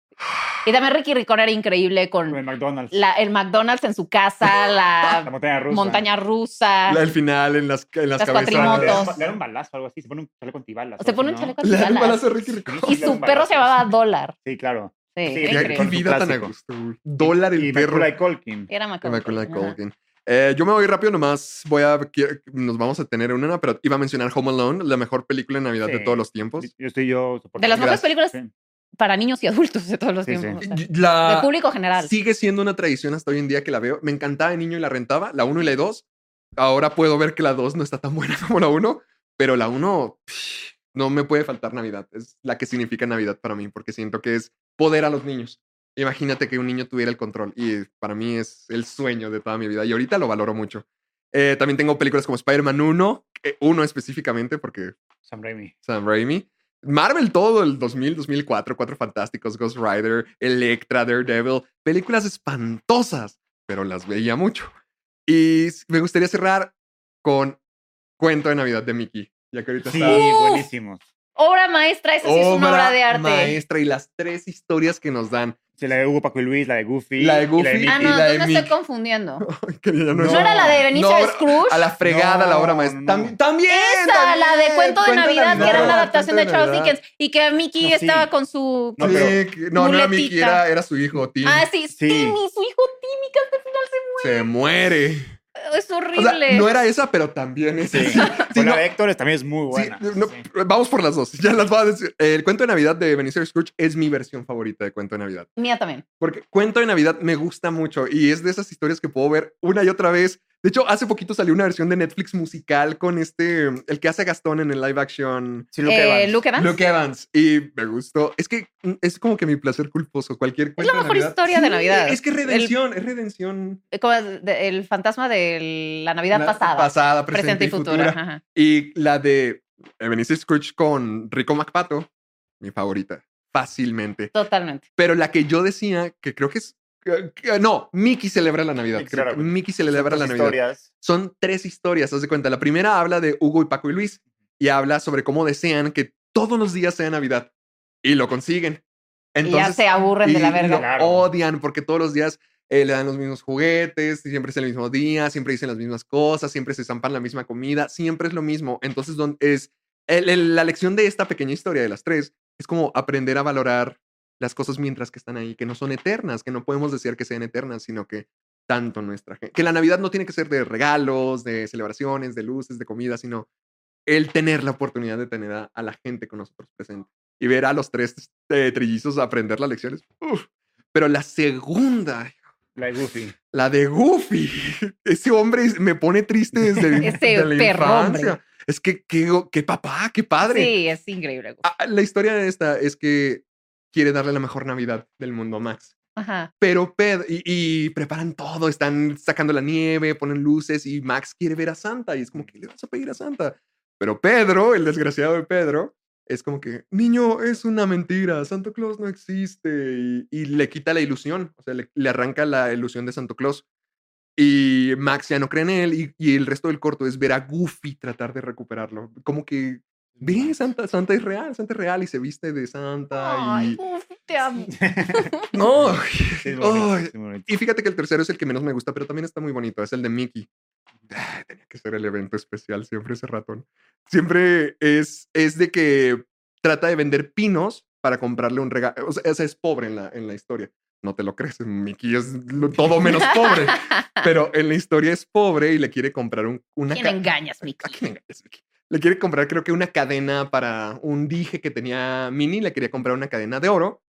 Y también Ricky Ricón era increíble Con el con McDonald's. la- el McDonald's en su casa, la la montaña rusa. montaña rusa. La- el final en las, en las, Las Le da- Le da cuatrimotos. cabezadas. un- le da un balazo o algo así. Se pone un chaleco antibalas. se o pone un algo así, ¿no? chaleco Le dan un antibalas. balazo a Ricky Ricón. Y le da su un perro se balazo. llamaba Dólar. Sí, claro. Sí, Sí, ya- era Qué- Qué increíble. vida tan a Clásico. gusto. güey. Dólar el y perro. Macaulay Culkin. Era de Macaulay Macaulay Culkin, ajá. Culkin. Eh, yo me voy rápido nomás. Voy a. quiero- Nos vamos a tener una, pero iba a mencionar Home Alone, la mejor película de Navidad de Sí. todos los tiempos. Yo estoy yo. De las mejores películas Sí. para niños y adultos de todos los Sí, sí. tiempos. o sea, La, de público general. Sigue siendo una tradición hasta hoy en día que la veo. Me encantaba de niño y la rentaba, la 1 y la 2. Ahora puedo ver que la 2 no está tan buena como la 1, pero la 1 pff, no me puede faltar Navidad. Es la que significa Navidad para mí, porque siento que es poder a los niños. Imagínate que un niño tuviera el control y para mí es el sueño de toda mi vida y ahorita lo valoro mucho. Eh, también tengo películas como Spider-Man 1, eh, uno específicamente porque Sam Raimi. Sam Raimi. Marvel todo el 2000, 2004, Cuatro Fantásticos, Ghost Rider, Electra, Daredevil, películas espantosas, pero las veía mucho. Y s- me gustaría cerrar con Cuento de Navidad de Mickey, ya que ahorita Sí, está ¡Oh! buenísimos. Obra maestra, esa sí es una obra de arte. maestra y las tres historias que nos dan. Sí, la de Hugo Paco y Luis, la de Goofy. La de y Goofy. Mickey. Ah, no, Y la de entonces me estoy Mickey. confundiendo. Ay, que ya no, No. es- ¿No era la de No, Benicio ahora- Scrooge? A la fregada la obra No, maestra. no, Tam- no. También. Esa, la de también. Cuento de Navidad, que era una Navidad, adaptación de Cuento Charles Navidad. Dickens y que Mickey No, sí. estaba con su... No, Sí, pero- que- No, no era Mickey, Muletita. era, era su hijo, Tim. Ah, sí, Sí. Timmy, su hijo Timmy, que al final se Se muere. muere. Es O sea, horrible. no era esa, pero también es Sí. esa. O Sí, la no, de Héctor también es muy sí, buena. no, Sí. Vamos por las dos. Ya las voy a decir. El cuento de Navidad de Benicio Scrooge es mi versión favorita de cuento de Navidad. Mía también. Porque cuento de Navidad me gusta mucho y es de esas historias que puedo ver una y otra vez. De hecho, hace poquito salió una versión de Netflix musical con este, el que hace a Gastón en el live action. Sí, Luke Eh, Evans. Luke Evans. Luke Evans. Y me gustó. Es que mm, es como que mi placer culposo. Cualquier cuento de mejor Navidad- historia de Navidad. Es que es redención, es redención. Eh, como es de- el fantasma de la Navidad La- pasada. Pasada, presente y futura. ajá. Y la de Ebenezer Scrooge con Rico McPato, mi favorita, fácilmente. Totalmente. Pero la que yo decía, que creo que es... que- que- no, Mickey celebra la Navidad. Mickey creo que celebra. Mickey celebra Otras la Navidad. historias. Son tres historias, haz de cuenta. La primera habla de Hugo y Paco y Luis y habla sobre cómo desean que todos los días sea Navidad. Y lo consiguen. y ya se aburren de y la verga. lo Claro. odian porque todos los días eh, le dan los mismos juguetes, siempre es el mismo día, siempre dicen las mismas cosas, siempre se zampan la misma comida, siempre es lo mismo. Entonces, don- es el- el- la lección de esta pequeña historia de las tres es como aprender a valorar las cosas mientras que están ahí, que no son eternas, que no podemos decir que sean eternas, sino que tanto nuestra gente. Que la Navidad no tiene que ser de regalos, de celebraciones, de luces, de comida, sino el tener la oportunidad de tener a, a la gente con nosotros presente y ver a los tres eh, trillizos aprender las lecciones. Uf. Pero la segunda, La de Goofy. la de Goofy, ese hombre es- me pone triste desde mi- Ese de la perro hombre. infancia. Es que qué, qué papá, qué padre. Sí, es increíble. güey. Ah, La historia de esta es que quiere darle la mejor Navidad del mundo a Max. Ajá. Pero Ped y, y preparan todo, están sacando la nieve, ponen luces y Max quiere ver a Santa y es como que le vas a pedir a Santa. Pero Pedro, el desgraciado de Pedro, es como que, niño, es una mentira, Santo Claus no existe y, y le quita la ilusión, o sea, le, le arranca la ilusión de Santo Claus. Y Max ya no cree en él y, y el resto del corto es ver a Goofy tratar de recuperarlo, como que Ve, Santa, Santa es real, Santa es real y se viste de Santa. Ay, y... uf, te amo. No, Sí, es muy bonito, Ay. es muy bonito. y fíjate que el tercero es el que menos me gusta, pero también está muy bonito. Es el de Mickey. Ah, Tenía que ser el evento especial siempre ese ratón. Siempre es, es de que trata de vender pinos para comprarle un regalo. O sea, esa es pobre en la, en la historia. No te lo crees, Mickey es lo- todo menos pobre. Pero en la historia es pobre y le quiere comprar un, una... ¿Quién ca- engañas, ¿A Mickey? quién engañas, Mickey? Le quiere comprar, creo que una cadena para un dije que tenía Mini, le quería comprar una cadena de oro.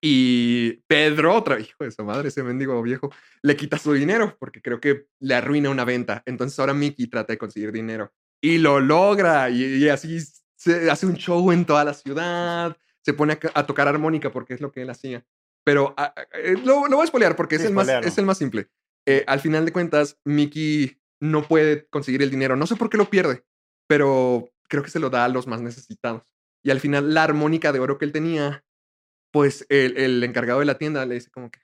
Y Pedro, otra hijo de su madre, ese mendigo viejo, le quita su dinero porque creo que le arruina una venta. Entonces ahora Mickey trata de conseguir dinero y lo logra. Y, y así se hace un show en toda la ciudad. Se pone a, ca- a tocar armónica porque es lo que él hacía. Pero ah, ah, eh, lo, lo voy a spoilear porque es, Sí, el más, spoilealo. es el más simple. Eh, al final de cuentas, Mickey no puede conseguir el dinero. No sé por qué lo pierde, pero creo que se lo da a los más necesitados. Y al final, la armónica de oro que él tenía, pues el, el encargado de la tienda le dice como que,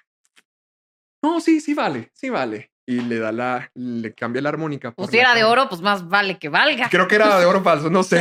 no, sí, sí vale, sí vale. Y le da la, le cambia la armónica. por Pues la si era de cadena. oro, pues más vale que valga. Creo que era de oro falso, no sé.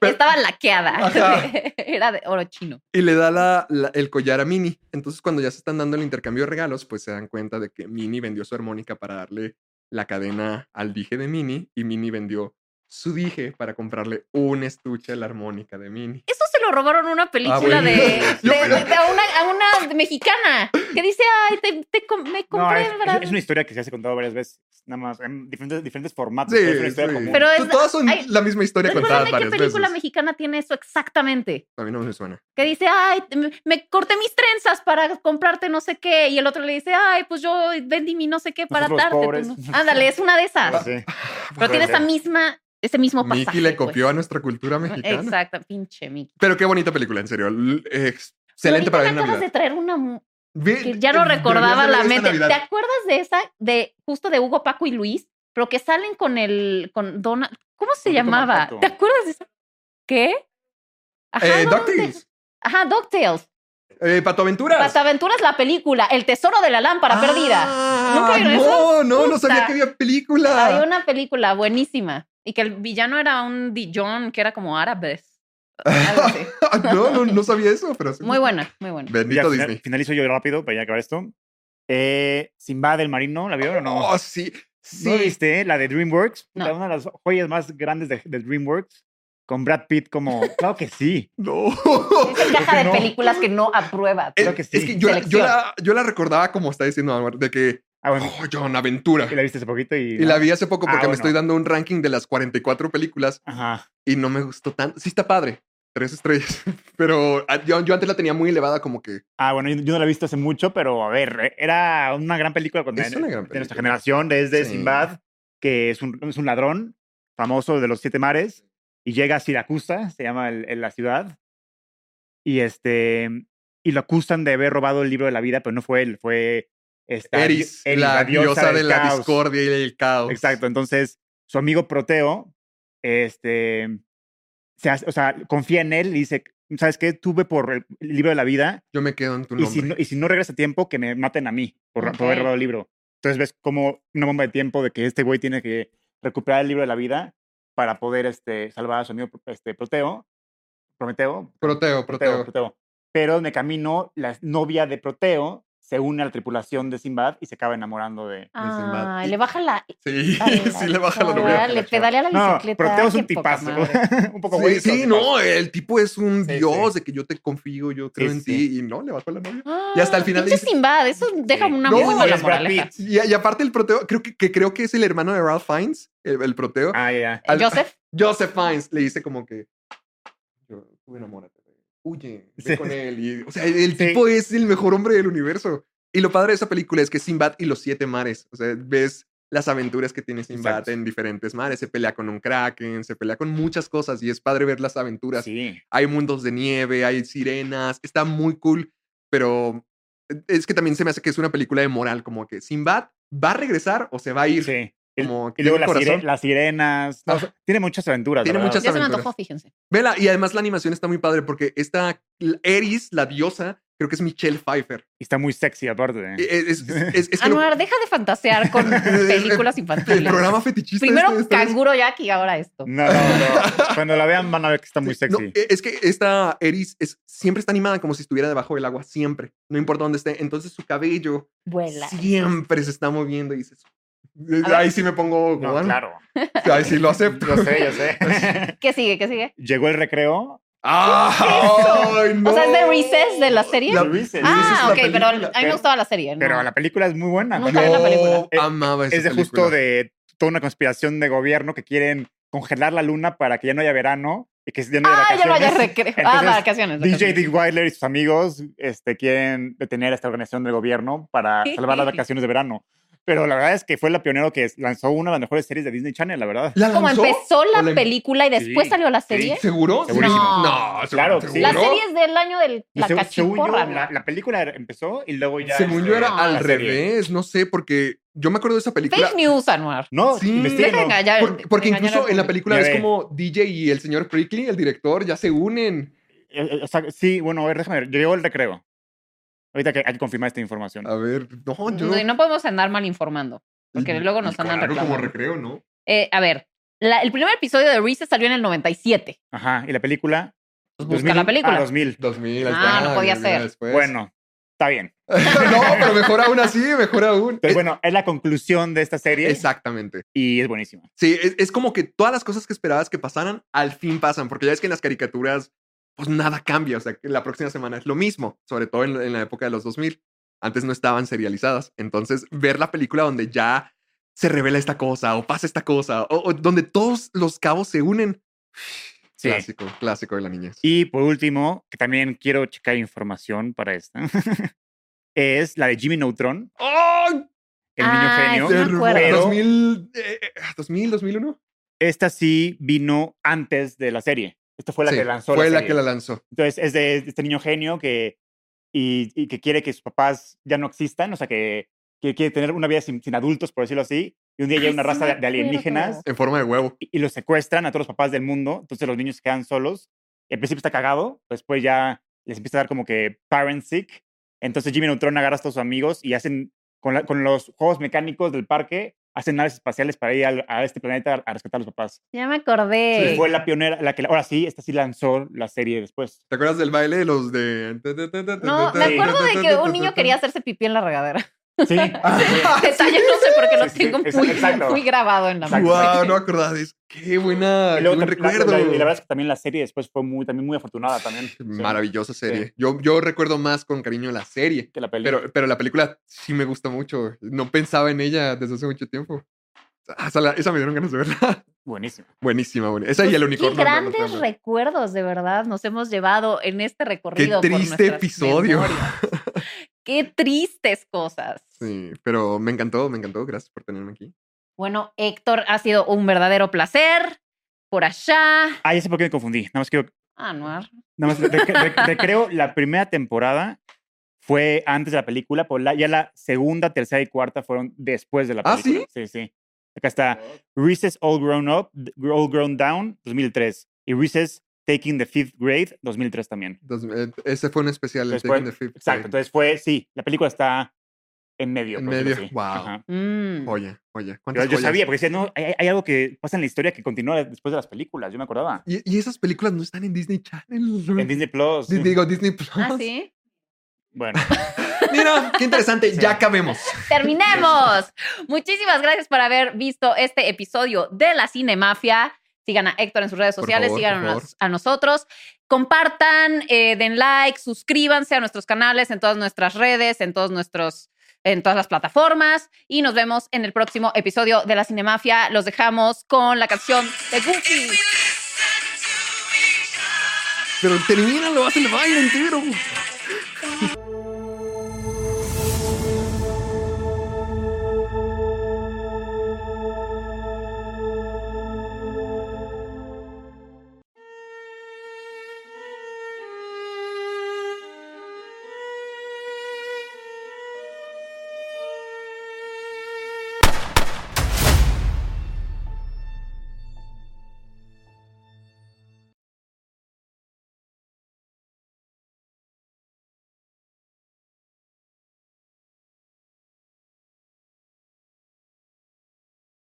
Pero- Estaba laqueada. Ajá. Era de oro chino. y le da la- la- el collar a Mini. Entonces, cuando ya se están dando el intercambio de regalos, pues se dan cuenta de que Mini vendió su armónica para darle la cadena al dije de Mini y Mini vendió su dije para comprarle un estuche a la armónica de Mini. Eso se lo robaron a una película Ah, bueno. de, Yo de- pensé- de- a una, a una mexicana que dice, ay, te, te com- me No, compré es, en es- Brasil". es una historia que se ha contado varias veces, nada más, en diferentes, diferentes formatos. Sí, pero Ah, pues, es una historia sí. común. Pero es- Tod- Todas son ay, la misma historia contada Recuérdame qué varias película veces. mexicana tiene eso exactamente. A mí no me suena. Que dice, ay, te- me- me corté mis trenzas para comprarte no sé qué. Y el otro le dice, ay, pues yo vendí mi no sé qué para Nosotros darte. tú pobres. no". Ándale, es una de Ah, esas. sí. Pero tiene esa ser. misma, ese mismo pasaje. Mickey le pues. copió a nuestra cultura mexicana. Exacto, pinche Mickey. Pero qué bonita película, en serio. L- Excelente Ahorita para me ver en acabas Navidad. de traer una mu- Ve- eh, que ya no deberías recordaba de ver la esta mente. Navidad. Eh, ¿Te acuerdas de esa de justo de Hugo Paco y Luis, pero que salen con el con Dona, ¿cómo se Don Paco llamaba? Paco. ¿Te acuerdas de esa? ¿Qué? Ajá, Eh, ¿dónde? DuckTales. Ajá, DuckTales. Eh, Pato Aventuras. Pataventuras la película, El tesoro de la lámpara Ah, perdida. ¿Nunca vieron No, no, no Puta. sabía que había película. Había una película buenísima y que el villano era un Dijon que era como árabe. Algo así. Ah, no, no, no sabía eso, pero sí. Muy buena, muy buena. Ya, Bendito final- Disney. finalizo yo rápido para ya acabar esto. Eh, Simba del Marino, ¿la vieron o no? Oh, sí. Sí. ¿No viste eh? la de DreamWorks? No. Puta, Una de las joyas más grandes de, de DreamWorks. Con Brad Pitt como... Claro que sí. No. Esa caja que de no. películas que no aprueba. Es, Creo que sí. es que yo, la- yo Selección. la, yo la recordaba como está diciendo Álvaro, de que, Ah, bueno. oh, John, aventura. Y la viste hace poquito y... Y la vi hace poco Ah, porque me bueno. estoy dando un ranking de las 44 películas Ajá. y no me gustó tanto. Sí está padre, tres estrellas, pero ah, yo, yo antes la tenía muy elevada como que... Ah, bueno, yo, yo no la he visto hace mucho, pero a ver, eh, era una gran película cuando- Es una gran de nuestra película. generación, desde Sí. Sinbad, que es un, es un ladrón famoso de los siete mares, y llega a Siracusa, se llama el- el- la ciudad, y este y lo acusan de haber robado el libro de la vida, pero no fue él, fue esta Eris, Eris, la diosa de del la caos. discordia y el caos. Exacto, entonces su amigo Proteo, este, se hace- o sea, confía en él y dice, ¿sabes qué? Tuve por el el libro de la vida Yo me quedo en tu y nombre. si, no, y si no regresa a tiempo, que me maten a mí por, por Ok. haber robado el libro. Entonces ves como una bomba de tiempo de que este güey tiene que recuperar el libro de la vida para poder este, salvar a su amigo este, Proteo. Prometeo. Proteo, proteo. Proteo. Pero en el camino, la novia de Proteo se une a la tripulación de Sinbad y se acaba enamorando de... Ah. Sinbad. Ay, le baja la Sí, Ah, Ay, sí le baja la Ahora novela. novela. le pedalea la bicicleta, No, Proteo es un qué poca tipazo. madre. un poco Sí, güey. sí, pero tipazo. no, el tipo es un Sí, sí. dios de que yo te confío, yo creo en sí. ti y no, le bajó la novia. Ah, Y hasta el final le pinche dice- Sinbad, eso deja Sí. una No, muy mala es Brad moraleja. Pitt. Y, y aparte el proteo, creo que, que creo que es el hermano de Ralph Fiennes, el, el proteo. Ah, ya, ya. Al- Joseph, Joseph Fiennes le dice como que yo, tú enamórate, güey. huye, ve Sí. con él. Y, o sea, el Sí. tipo es el mejor hombre del universo. Y lo padre de esa película es que es Sinbad y los siete mares. O sea, ves las aventuras que tiene Sinbad Exacto. en diferentes mares. Se pelea con un kraken, se pelea con muchas cosas y es padre ver las aventuras. Sí. Hay mundos de nieve, hay sirenas, está muy cool, pero eh, es que también se me hace que es una película de moral, como que Sinbad va a regresar o se va a ir. sí. Como Y luego tiene las, sire- corazón. las sirenas. No, Ah. o sea, tiene muchas aventuras. la Tiene verdad. muchas ya se me aventuras. antojó, fíjense. Vela, y además la animación está muy padre porque esta Eris, la diosa, Creo que es Michelle Pfeiffer. E, Y está muy sexy aparte. ¿eh? Es, es- es- es que lo- Anuar, deja de fantasear con películas el infantiles. programa fetichista. Primero este está- Canguro Jack y ahora esto. No, no, no. Cuando la vean van a ver que está muy No, eh, e, sexy. es que esta Eris es, siempre está animada como si estuviera debajo del agua, siempre, no importa dónde esté. Entonces su cabello Vuela. siempre se está moviendo y dices, "Eh, ver. ahí sí me pongo, No, cubano. claro. ahí sí lo acepto. Yo sé, yo sé. ¿Qué sigue? ¿Qué sigue? Llegó el recreo. ¡Ah! ¡Ay, no! O sea, ¿es de Recess de la serie? La- Reese's. Ah, ok, Reese's es pero la a mí película. me gustaba la serie. ¿no? Pero la película es muy buena. Nunca vi Cuando- la película. Yo amaba esa es de justo película. de toda una conspiración de gobierno que quieren congelar la luna para que ya no haya verano y que ya no haya Ah, ya no vacaciones. haya recreo. ah, Entonces, vacaciones. DJ vacaciones. Dick Wilder y sus amigos este, quieren detener a esta organización del gobierno para salvar las vacaciones de verano. Pero la verdad es que fue la pionero que lanzó una de las mejores series de Disney Channel, la verdad. ¿La Como lanzó? empezó ¿O la em- película y después Sí, salió la serie. ¿Seguro? Segurísimo. No, No. seguro, Claro, sí. seguro. La serie es del año de la Según- según yo, cachiporra. ¿no? la, la película empezó y luego ya... Según yo era este, la al serie. revés, no sé, porque yo me acuerdo de esa película. Fake news, Anuar. No, Sí. investíguenlo. Deja de engañar- Por- porque engañar incluso al en la público. película Ya es ve. como DJ y el señor Prickly, el director, ya se unen. Eh, eh, O sea, sí, bueno, a ver, déjame ver. Llegó el recreo. Ahorita que hay que confirmar esta información. A ver, no, yo pues No, y no podemos andar mal informando. porque luego nos andan Claro, como reclamando. recreo, ¿no? Eh, a ver, la- el primer episodio de Reese salió en el 97. Ajá, y la película... Pues busca la 2000. película. Ah, 2000. 2000. Ah, no podía ser. Bueno. Bueno, está bien. no, pero mejor aún así, mejor aún. Pero Es- bueno, es la conclusión de esta serie Exactamente. y es buenísima. Sí, es, es como que todas las cosas que esperabas que pasaran, al fin pasan, porque ya es que en las caricaturas, pues nada cambia, o sea, que la próxima semana es lo mismo, sobre todo en, en la época de los 2000. Antes no estaban serializadas, entonces ver la película donde ya se revela esta cosa o pasa esta cosa, o, o donde todos los cabos se unen. Sí. Clásico, clásico de la niñez. Y por último, que también quiero checar información para esta, es la de Jimmy Neutron, ¡Ay! el Ah, niño sí. genio. Hermoso. acuerdo. 2000, eh, eh, 2000, 2001. Esta sí vino antes de la serie. Esta fue la Sí, que lanzó Fue la la serie. que la lanzó. Entonces es de este niño genio que y, y que quiere que sus papás ya no existan, o sea que, que quiere tener una vida sin, sin adultos, por decirlo así. Y un día llega Ay, una sí raza me de- de alienígenas acuerdo. En forma de huevo. y, y los secuestran a todos los papás del mundo, entonces los niños se quedan solos. Al principio está cagado, después ya les empieza a dar como que parent sick. Entonces Jimmy Neutron agarra a todos sus amigos y hacen con, la- con los juegos mecánicos del parque, hacen naves espaciales para ir al- a, este planeta a, a rescatar a los papás. Ya me Y acordé. fue la pionera, la que ahora sí, esta sí lanzó la serie después. ¿Te acuerdas del baile de los de... No, me acuerdo de que un niño quería hacerse pipí en la regadera. Sí. Ah, Detalle no sé porque lo Sí, sí, tengo es- muy, exacto. muy grabado en la Exacto. mente. Wow, no me acordaba de eso. Qué buena, Y qué luego buen tam- la- recuerdo. la- y la verdad es que también la serie después fue muy, también muy afortunada también. Sí. Maravillosa serie. Yo, yo recuerdo más con cariño la serie, Que la peli. pero, pero la película sí me gusta mucho. No pensaba en ella desde hace mucho tiempo. Hasta la- esa me dieron ganas de verla. Buenísimo. Buenísima, buena. Esa y el Pues Qué unicornio. no, no, no, grandes no. recuerdos, de verdad, nos hemos llevado en este Qué recorrido. por triste nuestras episodio. memorias. Qué tristes cosas. Sí, pero me encantó, me encantó. Gracias por tenerme aquí. Bueno, Héctor, ha sido un verdadero placer. Por allá. Ah, Ah, ya sé por qué me confundí. Nada más quiero Anuar. Nada más, rec- rec- recreo, la primera temporada fue antes de la película, pero la- ya la segunda, tercera y cuarta fueron después de la ¿Ah, película. sí? Sí, Acá está Reese's All Grown Up, All Grown Down, 2003. Y Reese's Taking the Fifth Grade, 2003 también. Entonces, eh, ese fue un especial. el Después- Taking the Fifth eh, Exacto, Day. entonces fue, sí, la película está en medio. En por decirlo medio, así. wow. Ajá. Mm. Joya, joya. Yo, ¿Cuántas yo joyas? sabía, porque decía, no, hay, hay- hay algo que pasa en la historia que continúa después de las películas, yo me acordaba. Y, y esas películas no están en Disney Channel. En Disney Plus. Mm. Di- Digo, Disney Plus. ¿Ah, sí? Bueno. Mira, qué interesante. Sí. Ya acabemos. Terminemos. Muchísimas gracias por haber visto este episodio de la Cinemafia. Sigan a Héctor en sus redes Por sociales, favor, sigan por a nos- favor. a nosotros. Compartan, eh, den like, suscríbanse a nuestros canales en todas nuestras redes, en todos nuestros en todas las plataformas y nos vemos en el próximo episodio de la Cinemafia. Los dejamos con la canción de Goofy. Pero termínalo, haz el baile entero.